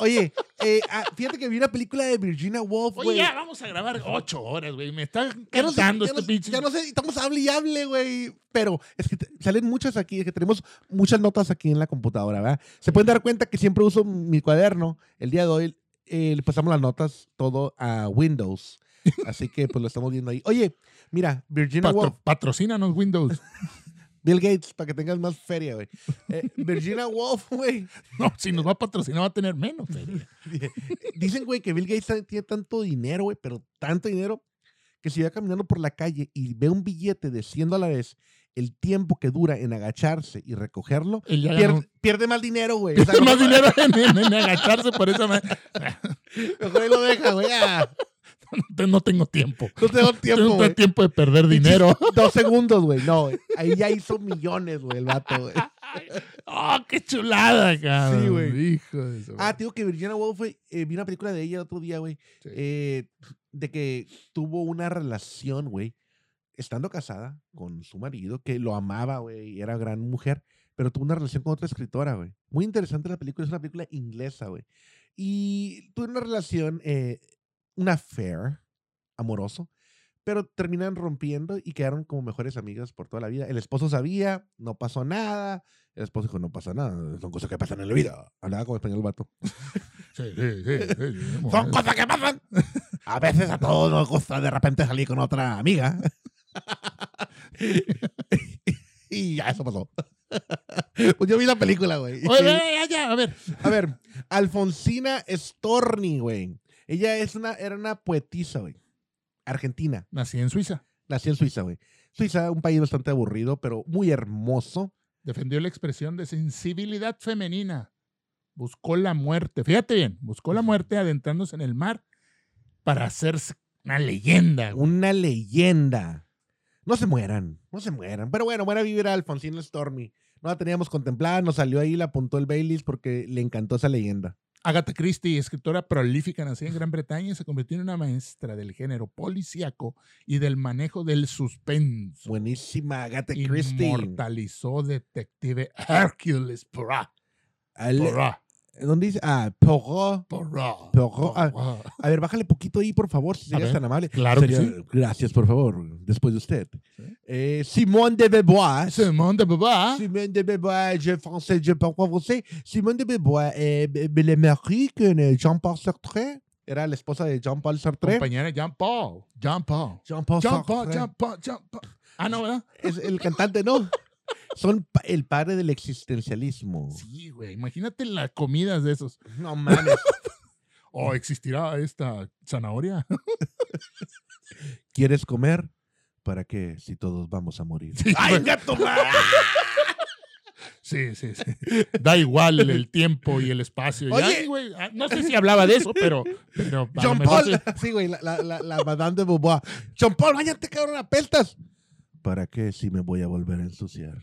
Oye, eh, ah, fíjate que vi una película de Virginia Woolf, Oye, güey. ya vamos a grabar 8 horas, güey. Me está Ya no sé- cansando ya este no- pinche. Ya no sé, estamos hable y hable, güey. Pero es que te- salen muchas aquí, es que tenemos muchas notas aquí en la computadora, ¿verdad? Se pueden dar cuenta que siempre uso mi cuaderno. El día de hoy eh, le pasamos las notas todo a Windows. Así que pues lo estamos viendo ahí. Oye, mira, Virginia Patro- Woolf, patrocínanos Windows. *laughs* Bill Gates, para que tengas más feria, güey. Eh, Virginia Woolf, güey. No, si nos va a patrocinar va a tener *laughs* menos. feria. Dicen, güey, que Bill Gates tiene tanto dinero, güey, pero tanto dinero, que si va caminando por la calle y ve un billete de 100 dólares, el tiempo que dura en agacharse y recogerlo, Él ya ganó. pierde, pierde más dinero, güey. O sea, Pierde más mejor- dinero *laughs* en, en- en agacharse por esa madre. Mejor ahí lo deja, güey. Ah, *laughs* No, no tengo tiempo. no *laughs* tengo tiempo, no tengo güey. tiempo de perder dinero. Dos segundos, güey. No, güey. Ahí ya hizo millones, güey, el vato, güey. ¡Oh, qué chulada, cabrón! Sí, güey. Hijo de su- Ah, te digo que Virginia Woolf, güey, eh, vi una película de ella el otro día, güey, Sí. eh, de que tuvo una relación, güey, estando casada con su marido, que lo amaba, güey, y era gran mujer, pero tuvo una relación con otra escritora, güey. Muy interesante la película, es una película inglesa, güey. Y tuvo una relación, eh, una affair, amoroso, pero terminan rompiendo y quedaron como mejores amigas por toda la vida. El esposo sabía, no pasó nada. El esposo dijo, no pasa nada, son cosas que pasan en la vida. Hablaba como español el vato. Sí, sí, sí, sí, *laughs* sí, Son bueno. cosas que pasan. A veces a todos nos gusta de repente salir con otra amiga. *laughs* y ya eso pasó. *laughs* Pues yo vi la película, güey. Oye, ya, ya, ya, a ver. *laughs* A ver, Alfonsina Storni, güey. Ella es una, era una poetisa, güey. Argentina. Nací en Suiza. Nació en Suiza, güey. Suiza, un país bastante aburrido, pero muy hermoso. Defendió la expresión de sensibilidad femenina. Buscó la muerte. Fíjate bien, buscó la muerte adentrándose en el mar para hacerse una leyenda. güey. Una leyenda. No se mueran, no se mueran. Pero bueno, buena vibra Alfonsina Stormy. No la teníamos contemplada, nos salió ahí, la apuntó el Baileys porque le encantó esa leyenda. Agatha Christie, escritora prolífica, nacida en Gran Bretaña, se convirtió en una maestra del género policíaco y del manejo del suspenso. Buenísima, Agatha Christie. Inmortalizó Detective Hercules Poirot. Al- Poirot. ¿Dónde dice? Ah, Poirot. Poirot. Poirot, ah, Poirot. A ver, bájale poquito ahí, por favor, si A eres ver, tan amable. claro que Sería- Gracias, por favor, después de usted. Sí. Eh, Simone de Beauvoir. Simone de Beauvoir. Simone de Beauvoir, je français, je parle français. Simone de Beauvoir, eh, be- be- le mari que ne- Jean-Paul Sartre. Era la esposa de Jean-Paul Sartre. Compañera de Jean Paul. Jean Paul. Jean-Paul Jean Paul, Sartre. Jean Paul, Jean Paul. Ah, no, ¿verdad? Es el cantante, ¿no? Son pa- el padre del existencialismo. Sí, güey. Imagínate las comidas de esos. No mames. ¿O existirá esta zanahoria? *laughs* ¿Quieres comer? ¿Para qué? Si todos vamos a morir. Sí, güey. gato! sí, sí, sí. Da igual el tiempo y el espacio. Y, Oye. ay, güey, ah, no sé si hablaba de eso, pero. pero a lo Jean mejor *laughs* Paul. sí. Sí, güey, la, la, la, la Madame de Beauvoir. Jean Paul, váyate, cabrón, apestas. ¿Para qué si me voy a volver a *laughs* ensuciar?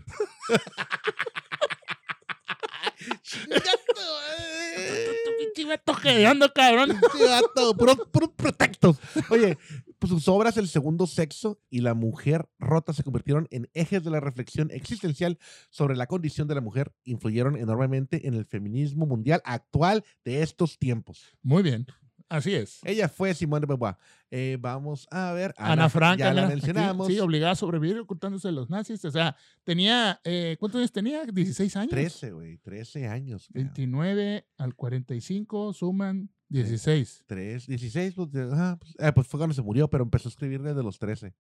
Tu pinche vato hediondo, cabrón. Sí, vato, puros, puros pretextos. Oye, pues sus obras El Segundo Sexo y La Mujer Rota se convirtieron en ejes de la reflexión existencial sobre la condición de la mujer. Influyeron enormemente en el feminismo mundial actual de estos tiempos. Muy bien. Así es. Ella fue Simone de Beauvoir. Eh, vamos a ver. Ana, Frank. Ya Ana- la aquí, mencionamos. Sí, obligada a sobrevivir ocultándose de los nazis. O sea, tenía, eh, ¿cuántos años tenía? ¿16 años? 13, güey. 13 años. cabrón. 29 al 45 suman 16. 3, 16, pues, de- ah, pues, eh, pues fue cuando se murió, pero empezó a escribir desde los 13.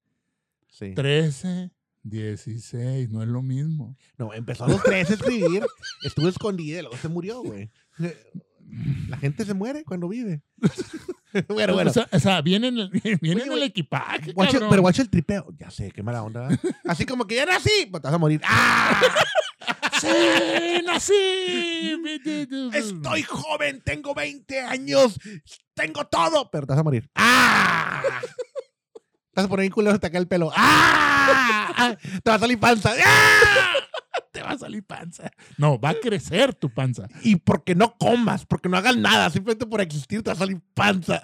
Sí. 13, 16, no es lo mismo. No, empezó a los 13 a escribir, estuvo escondida y luego se murió, güey. Eh, La gente se muere cuando vive. *laughs* bueno, bueno. O sea, o sea, viene en el, *laughs* viene Oye, en el güey, equipaje, Guacha- cabrón. pero guacha el tripeo. Ya sé, qué mala onda. ¿verdad? Así como que ya nací, pues te vas a morir. ¡Ah! ¡Sí, nací! *laughs* Estoy joven, tengo 20 años, tengo todo, pero te vas a morir. *laughs* ¡Ah! Te vas a poner en culo hasta acá el pelo. ¡Ah! Te va a salir panza. ¡Ah! Te va a salir panza. No, va a crecer tu panza. Y porque no comas, porque no hagas nada, simplemente por existir te va a salir panza.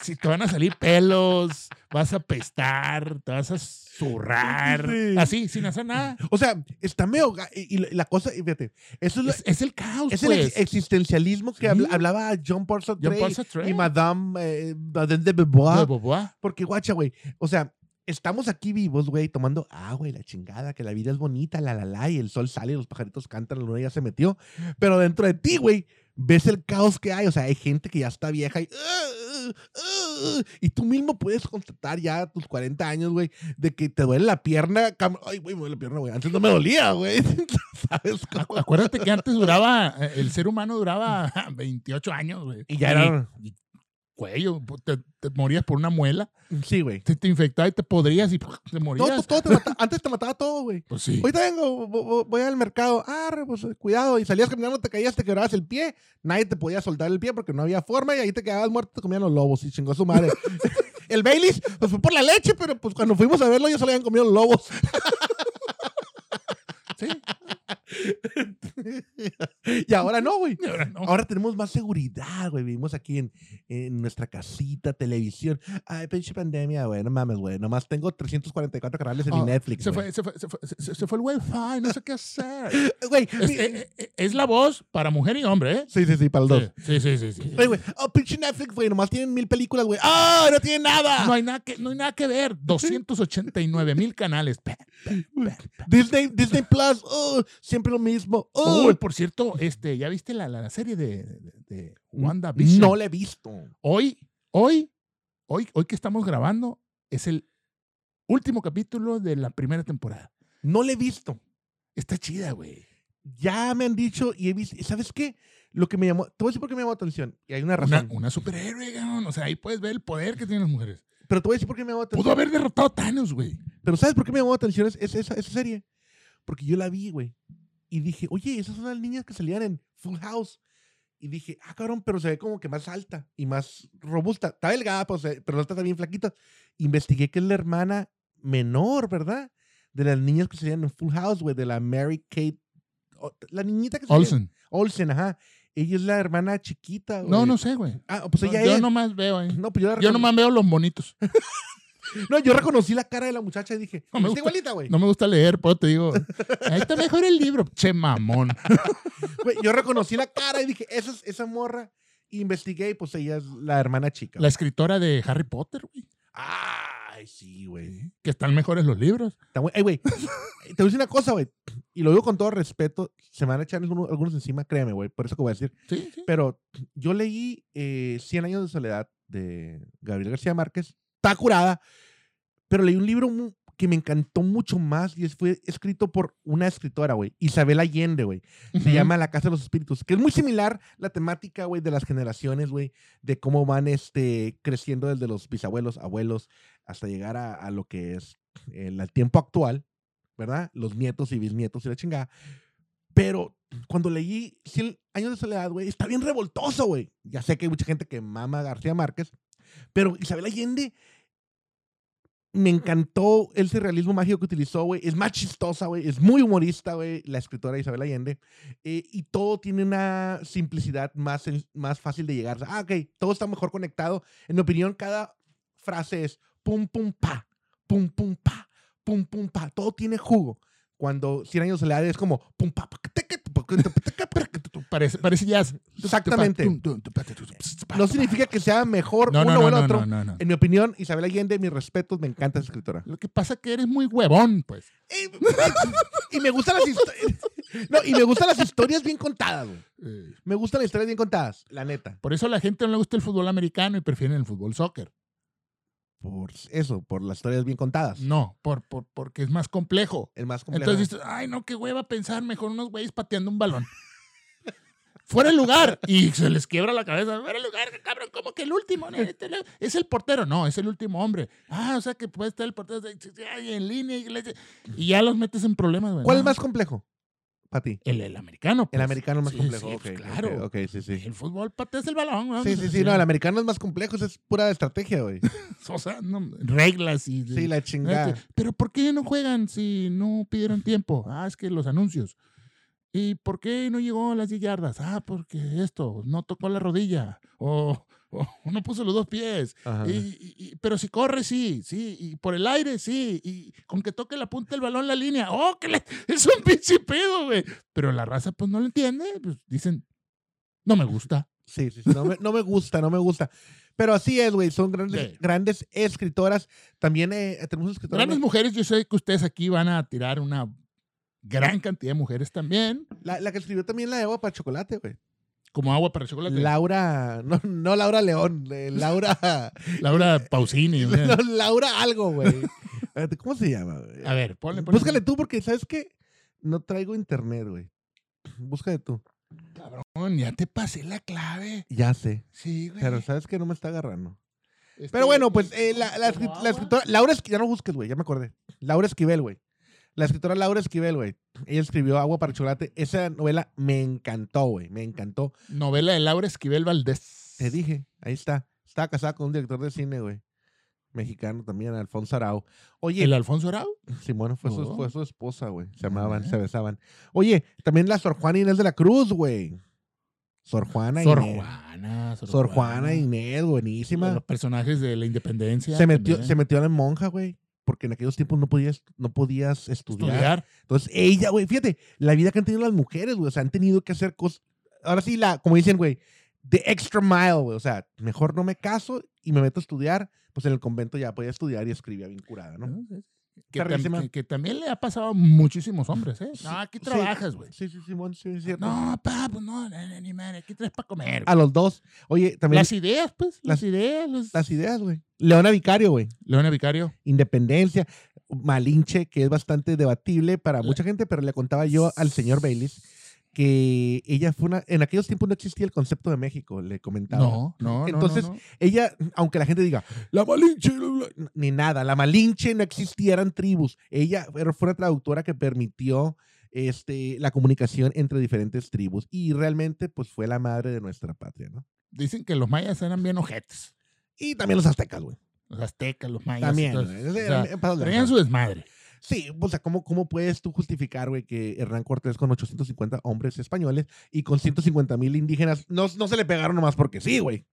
Si te van a salir pelos, vas a pestar, te vas a zurrar. Sí. Así, sin hacer nada. O sea, está medio. ga- Y, y la- la cosa, y fíjate, eso es, lo- Es, es el caos, es el pues. ex- existencialismo que habla- Sí. hablaba John Paul Jean Sartre Paul y Sartre, Madame eh, Madame de de Beauvoir. Beauvoir. Porque, guacha, güey, o sea, estamos aquí vivos, güey, tomando agua y la chingada, que la vida es bonita, la la la, y el sol sale, y los pajaritos cantan, la luna ya se metió. Pero dentro de ti, güey, ves el caos que hay. O sea, hay gente que ya está vieja y. "Ah, ah, ah", y tú mismo puedes constatar ya a tus 40 años, güey, de que te duele la pierna. cam- Ay, güey, me duele la pierna, güey. Antes no me dolía, güey. *laughs* ¿Sabes Acu- cómo? Acuérdate que antes duraba, eh, el ser humano duraba *laughs* 28 años, güey. Y ya era. Cuello, pu- pues, te, te morías por una muela, Sí, güey. te, te infectaba y te podrías y ¡puf! te morías. Todo, todo te mata- Antes te mataba todo, güey. Pues sí. Ahorita vengo, vo- vo- voy al mercado. Ah, pues cuidado. Y salías caminando, te caías, te quebrabas el pie. Nadie te podía soldar el pie porque no había forma y ahí te quedabas muerto, te comían los lobos y chingó su *laughs* madre. el Baileys, pues fue por la leche, pero pues cuando fuimos a verlo ya se lo habían comido los lobos. *laughs* sí. y ahora no, güey. *laughs* Ahora no. Ahora tenemos más seguridad, güey. Vivimos aquí en, en nuestra casita, televisión. Ay, pinche pandemia, güey. No mames, güey. Nomás tengo 344 canales en mi Ah, Netflix. Se güey. fue, se, fue, se, fue, se- se fue el wifi, no sé qué hacer. *laughs* Güey, Es, mi- eh, eh, es la voz para mujer y hombre, ¿eh? Sí, sí, sí, para los dos. Sí, sí, sí. sí, sí. Oye, güey, oh, pinche Netflix, güey, nomás tienen mil películas, güey. ¡Ah, no tienen nada! No hay nada que, no hay nada que ver. 289 mil canales. Pe- pe- pe- pe. Disney, Disney Plus, oh, siempre lo mismo. Oh, Uy, por cierto, este, ¿ya viste la, la, la serie de, de, de Wanda No la he visto. Hoy, hoy, hoy, hoy que estamos grabando, es el último capítulo de la primera temporada. No la he visto. Está chida, güey. Ya me han dicho y he visto. ¿y ¿Sabes qué? Lo que me llamó. Te voy a decir por qué me llamó la atención. Y hay una Una, razón. una superhéroe, cabrón. O sea, ahí puedes ver el poder que tienen las mujeres. Pero te voy a decir por qué me llamó la atención. Pudo haber derrotado a Thanos, güey. Pero ¿sabes por qué me llamó la atención es, es- esa, esa serie? Porque yo la vi, güey. Y dije, oye, esas son las niñas que salían en Full House. Y dije, ah, cabrón, pero se ve como que más alta y más robusta. Está delgada, pues, eh, pero no está tan bien flaquita. Investigué que es la hermana menor, ¿verdad? De las niñas que salían en Full House, güey, de la Mary Kate. o- La niñita que salía- Olsen. Olsen, ajá. Ella es la hermana chiquita, güey. No, no sé, güey. Ah, pues No, ella yo es. nomás veo, eh. No, pues yo, la Yo recono- nomás veo los bonitos. no, yo reconocí la cara de la muchacha y dije, No me está gusta- igualita, güey. No me gusta leer, pero te digo, ahí está mejor el libro. *laughs* Che, mamón. Güey, yo reconocí la cara y dije, esa es esa morra. Y investigué y pues ella es la hermana chica. La escritora de Harry Potter, güey. Ay, sí, güey. Que están mejores los libros. Está bu- Ey, güey, eh, te voy a decir una cosa, güey. Y lo digo con todo respeto. Se me van a echar alguno- algunos encima, créeme, güey. Por eso que voy a decir. Sí, sí. Pero yo leí eh, 100 años de soledad de Gabriel García Márquez. Está curada. Pero leí un libro mu- que me encantó mucho más y es- fue escrito por una escritora, güey. Isabel Allende, güey. Se Ujú. llama La Casa de los Espíritus, que es muy similar la temática, güey, de las generaciones, güey, de cómo van este, creciendo desde los bisabuelos, abuelos, hasta llegar a, a lo que es el, el tiempo actual, ¿verdad? Los nietos y bisnietos y la chingada. Pero cuando leí 100 años de soledad, güey, está bien revoltoso, güey. Ya sé que hay mucha gente que mama a García Márquez, pero Isabel Allende me encantó el surrealismo mágico que utilizó, güey. Es más chistosa, güey. Es muy humorista, güey, la escritora Isabel Allende. Eh, y todo tiene una simplicidad más, sen- más fácil de llegar. Ah, ok, todo está mejor conectado. En mi opinión, cada frase es pum, pum, pa, pum, pum, pa, pum, pum, pa. Todo tiene jugo. Cuando 100 años se le da, es como pum, pa, pa, teca, pa, teca, pa, teca, pa, teca. Parece, parece jazz. Exactamente. No significa que sea mejor No, no, uno no, o el no, otro. no, no, no. En mi opinión, Isabel Allende, mis respetos, me encanta esa escritora. Lo que pasa es que eres muy huevón, pues. Eh, y me gustan las historias. *laughs* No, y me gustan las historias bien contadas, güey. Eh, Me gustan las historias bien contadas, la neta. Por eso a la gente no le gusta el fútbol americano y prefieren el fútbol soccer. Por eso, por las historias bien contadas. No, por, por, porque es más complejo. El más complejo. Entonces dices, ay, no, qué hueva pensar, mejor unos güeyes pateando un balón. *laughs* Fuera el lugar. Y se les quiebra la cabeza. Fuera el lugar, cabrón, como que el último. *laughs* ¿no? Este no- Es el portero, no, es el último hombre. Ah, o sea que puede estar el portero ay, en línea. Y, le- y ya los metes en problemas, güey. ¿Cuál es No, más complejo? Para ti. El, el americano. El pues. americano es más Sí, complejo. sí, ok, pues, ok, claro. Ok, sí, sí. El fútbol pateas el balón, güey. Sí, sí, sí. No, el americano es más complejo. Esa es pura estrategia, *laughs* güey. O sea, no, reglas y. Sí, la chingada. Este, Pero ¿por qué no juegan si no pidieron tiempo? Ah, es que los anuncios. ¿Y por qué no llegó a las 10 yardas? Ah, porque esto, no tocó la rodilla. O, o *laughs* no puso los dos pies. Ajá. Y, y- y- pero si corre, sí, sí. Y por el aire, sí. Y con que toque la punta del balón la línea. ¡Oh, que le- *laughs* es un pinche pedo, güey! Pero la raza, pues, no lo entiende. Pues, dicen, no me gusta. Sí, sí, sí, no me, no me gusta, no me gusta. Pero así es, güey. Son grandes, Sí. grandes escritoras. También eh, tenemos escritoras. Grandes mujeres, yo sé que ustedes aquí van a tirar una gran cantidad de mujeres también. La, la que escribió también la de Agua para Chocolate, güey. Como agua para el chocolate. Laura, no, no Laura León, eh, *laughs* Laura, Laura *laughs* Pausini. o sea. no, Laura algo, *laughs* güey. Espérate, ¿Cómo se llama? güey? A ver, ponle, ponle. Búscale tú porque sabes que no traigo internet, güey. *sniffs* Búscale tú. Cabrón, ya te pasé la clave. Ya sé, Sí, güey. pero sabes que no me está agarrando. Este, Pero bueno, pues eh, como la, la escri- agua. la escritora, Laura Esquivel, ya no busques, güey, ya me acordé. Laura Esquivel, güey. La escritora Laura Esquivel, güey. Ella escribió Agua para Chocolate. Esa novela me encantó, güey, me encantó. Novela de Laura Esquivel Valdés. Te dije, ahí está. Estaba casada con un director de cine, güey. Mexicano también, Alfonso Arau. Oye, ¿El Alfonso Arau? Simón fue, su, Oh. fue su esposa, güey. Se amaban, Ah. se besaban. Oye, también la Sor Juana Inés de la Cruz, güey. Sor Juana Sor Inés. Juana. Sor Juana Inés, Uno de buenísima. Los personajes de la independencia. Se metió, ah, también. se metió a la monja, güey. Porque en aquellos tiempos no podías, no podías estudiar. Estudiar. Entonces, ella, güey, fíjate, la vida que han tenido las mujeres, güey. O sea, han tenido que hacer cosas. Ahora sí, la, como dicen, güey, the extra mile, güey. O sea, mejor no me caso y me meto a estudiar. Pues en el convento ya podía estudiar y escribía bien curada, ¿no? ¿no? Ah, Que, Está tam- riquísima. que- que también le ha pasado a muchísimos hombres, ¿eh? No, aquí Sí. trabajas, güey. Sí, sí, Simón, sí, es cierto. No, pa, pues no, no, no, ni madre, aquí traes para comer. A los dos. Oye, también Las ideas, pues, Las- las, ideas. los- las ideas, güey. Leona Vicario, güey. Leona Vicario. Independencia. Malinche, que es bastante debatible para mucha gente, pero le contaba yo al señor Baylis que ella fue una. En aquellos tiempos no existía el concepto de México, le comentaba. No, no, no, Entonces, no, no. Ella, aunque la gente diga, la Malinche, bla, bla", ni nada, la Malinche no existía, eran tribus. Ella era- fue una traductora que permitió este, la comunicación entre diferentes tribus y realmente, pues, fue la madre de nuestra patria, ¿no? Dicen que los mayas eran bien ojetes. Y también los aztecas, güey. Los aztecas, los mayas. También. entonces, güey. o sea, Eran- pasados de traían lanza. su desmadre. Sí, o sea, ¿cómo, cómo puedes tú justificar, güey, que Hernán Cortés con 850 hombres españoles y con 150 mil indígenas no, no se le pegaron nomás porque sí, güey?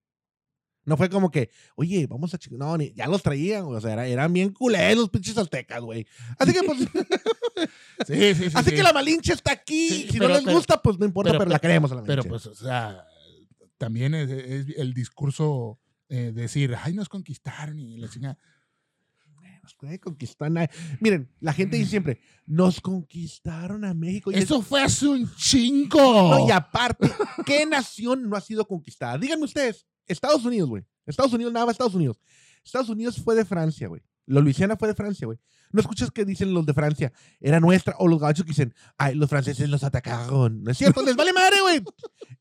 No fue como que, oye, vamos a... chi- No, ni- ya los traían, güey, o sea, era- eran bien culeros los pinches aztecas, güey. Así que, *laughs* pues, Sí, sí, sí. así sí. que la malinche está aquí. Sí, si pero- no les pero- gusta, pues no importa, pero, pero- la queremos a la Pero malinche. pues, o sea, también es, es el discurso eh, decir, ay, nos conquistaron y la chingada. Nos puede conquistar nadie. Miren, la gente *laughs* dice siempre, nos conquistaron a México. Y es- Eso fue hace un chingo. No, y aparte, ¿qué nación no ha sido conquistada? Díganme ustedes, Estados Unidos, güey. Estados Unidos, nada más Estados Unidos. Estados Unidos fue de Francia, güey. La Luisiana fue de Francia, güey. No escuchas que dicen los de Francia, era nuestra, o los gabachos que dicen, ay, los franceses los atacaron. No es cierto, les vale madre, güey.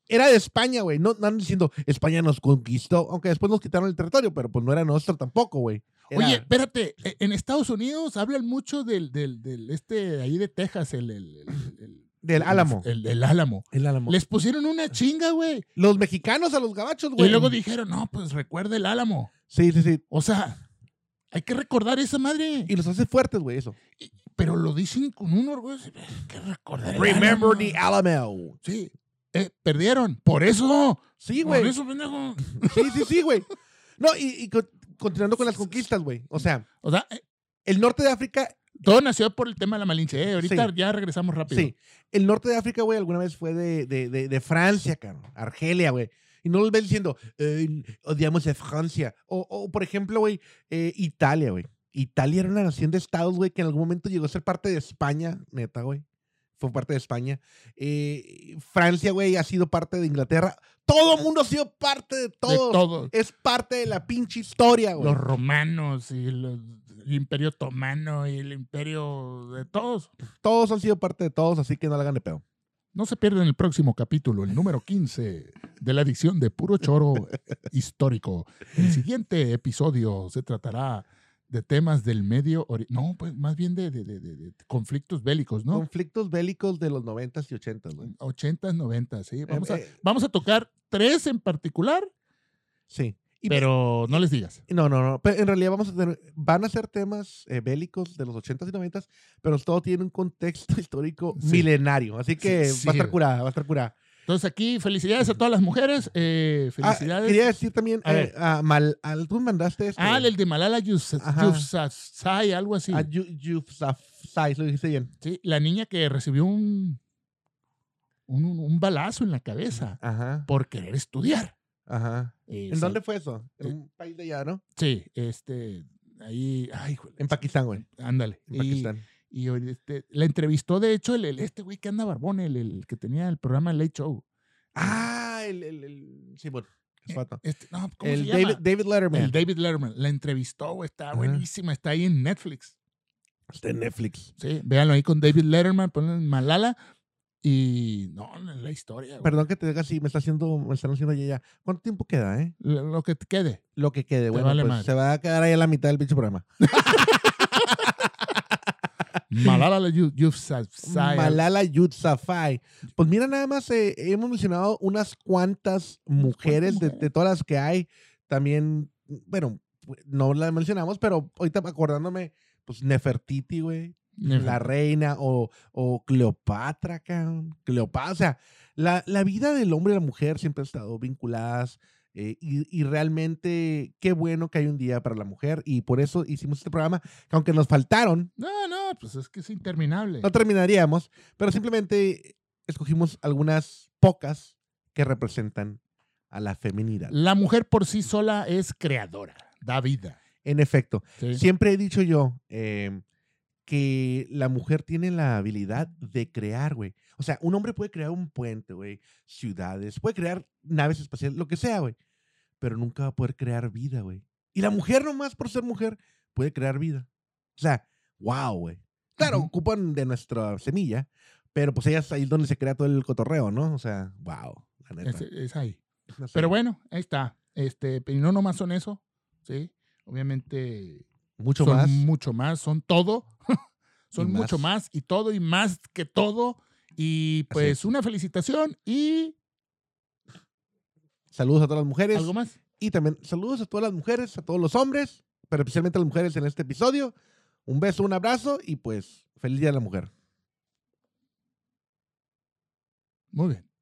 Era de España, güey. No no andan diciendo, España nos conquistó, aunque después nos quitaron el territorio, pero pues no era nuestro tampoco, güey. Era- Oye, espérate, e- en Estados Unidos hablan mucho del, del, del este ahí de Texas, el, el, el- el- del Álamo. El, eh, el Álamo. El Álamo. Les pusieron una chinga, güey. Los mexicanos a los gabachos, Y güey. luego dijeron, no, pues recuerda el Álamo. Sí, sí, sí. O sea, Hay que recordar esa madre. Y los hace fuertes, güey, eso. Y- pero lo dicen con un orgullo. así, Hay que recordar. el Remember ánimo". the Alamo. Sí. Eh, perdieron. Por eso. Sí, Por güey. eso, pendejo. Sí, sí, sí, güey. No, y, y con- continuando con las conquistas, güey. O sea, O sea, eh, el norte de África todo nació por el tema de la malinche. Eh, ahorita Sí. ya regresamos rápido. Sí. El norte de África, güey, alguna vez fue de, de, de, de Francia, cabrón. Argelia, güey. Y no los ves diciendo, "Ey, odiamos a Francia. O, o, por ejemplo, güey, eh, Italia, güey. Italia era una nación de estados, güey, que en algún momento llegó a ser parte de España, neta, güey. Fue parte de España. Eh, Francia, güey, ha sido parte de Inglaterra. Todo el mundo ha sido parte de De todo. todo. Es parte de la pinche historia, Ah, güey. Los romanos y los- el imperio otomano y el imperio de todos. Todos han sido parte de todos, así que no le hagan de pedo. No se pierdan el próximo capítulo, el número 15 de la edición de Puro Choro Histórico. El siguiente episodio se tratará de temas del medio Oriente. No, pues más bien de, de- de- de- de conflictos bélicos, ¿no? Conflictos bélicos de los 90s y 80s, güey. 80s, 90s, sí. Vamos a, Eh, eh, vamos a tocar tres en particular, sí. Y- pero no les digas. No, no, no. Pero en realidad vamos a tener, van a ser temas eh, bélicos de los 80s y 90s, pero todo tiene un contexto *laughs* histórico Sí. milenario. Así que sí, va a estar güey. curada, va a estar curada. Entonces aquí, felicidades a todas las mujeres. eh, Ah, felicidades. quería decir también, A eh, ver. a Mal, al- tú me mandaste esto. Ah, güey. el de Malala Yus- Ajá. Yousafzai, algo así. A Yu- Yusafzai, lo dijiste bien. Sí, la niña que recibió un, un, un- un balazo en la cabeza Ajá, por querer estudiar. ajá. Eh, ¿En sí, dónde fue eso? En Eh. un país de allá, ¿no? Sí, este, ahí, ay, jole, En Pakistán, güey. ándale. En Y- Pakistán. Y, este, la entrevistó, de hecho, el, el- este güey que anda barbón, el, el que tenía el programa Late Show. Ah, el, el, el- sí, bueno, es vato. Este, no, ¿cómo El se David, llama? David Letterman. El David Letterman. La entrevistó, güey, está Ajá. buenísima, está ahí en Netflix. Está en Netflix. Sí, véanlo ahí con David Letterman, ponen Malala y no, la historia. güey. Perdón que te diga así, me está haciendo, me están haciendo ya. ¿Cuánto tiempo queda, eh? Lo lo que te *laughs* quede. lo que quede. Bueno, vale pues, madre. se va a quedar ahí a la mitad del pinche programa. Malala Yu- Yousafzai. Malala Yousafzai. Pues mira, nada más eh, hemos mencionado unas cuantas mujeres de, mujeres. de todas las que hay. También, bueno, no las mencionamos, pero ahorita acordándome, pues Nefertiti, güey, Nefer- la reina, o, o Cleopatra, cabrón. Cleopatra. O sea, la, la vida del hombre y la mujer siempre han estado vinculadas. eh, y, y realmente qué bueno que hay un día para la mujer y por eso hicimos este programa que aunque nos faltaron No, no, pues es que es interminable. no terminaríamos, pero simplemente escogimos algunas pocas que representan a la feminidad. La mujer por sí sola es creadora, da vida. En efecto, ¿sí? siempre he dicho yo eh, que la mujer tiene la habilidad de crear, güey. O sea, un hombre puede crear un puente, güey, ciudades, puede crear naves espaciales, lo que sea, güey, pero nunca va a poder crear vida, güey. Y la mujer nomás por ser mujer puede crear vida. O sea, wow, güey. Claro, Ujú. ocupan de nuestra semilla, pero pues ellas ahí es donde se crea todo el cotorreo, ¿no? O sea, wow, la neta. Es, es ahí. No sé. Pero bueno, ahí está. Este, y no nomás son eso, ¿sí? Obviamente mucho son más. mucho más, son todo. *laughs* son Y más. mucho más y todo y más que todo. Y pues es. una felicitación y Saludos a todas las mujeres. algo más. Y también saludos a todas las mujeres, a todos los hombres, pero especialmente a las mujeres en este episodio. Un beso, un abrazo y pues feliz Día de la Mujer. Muy bien.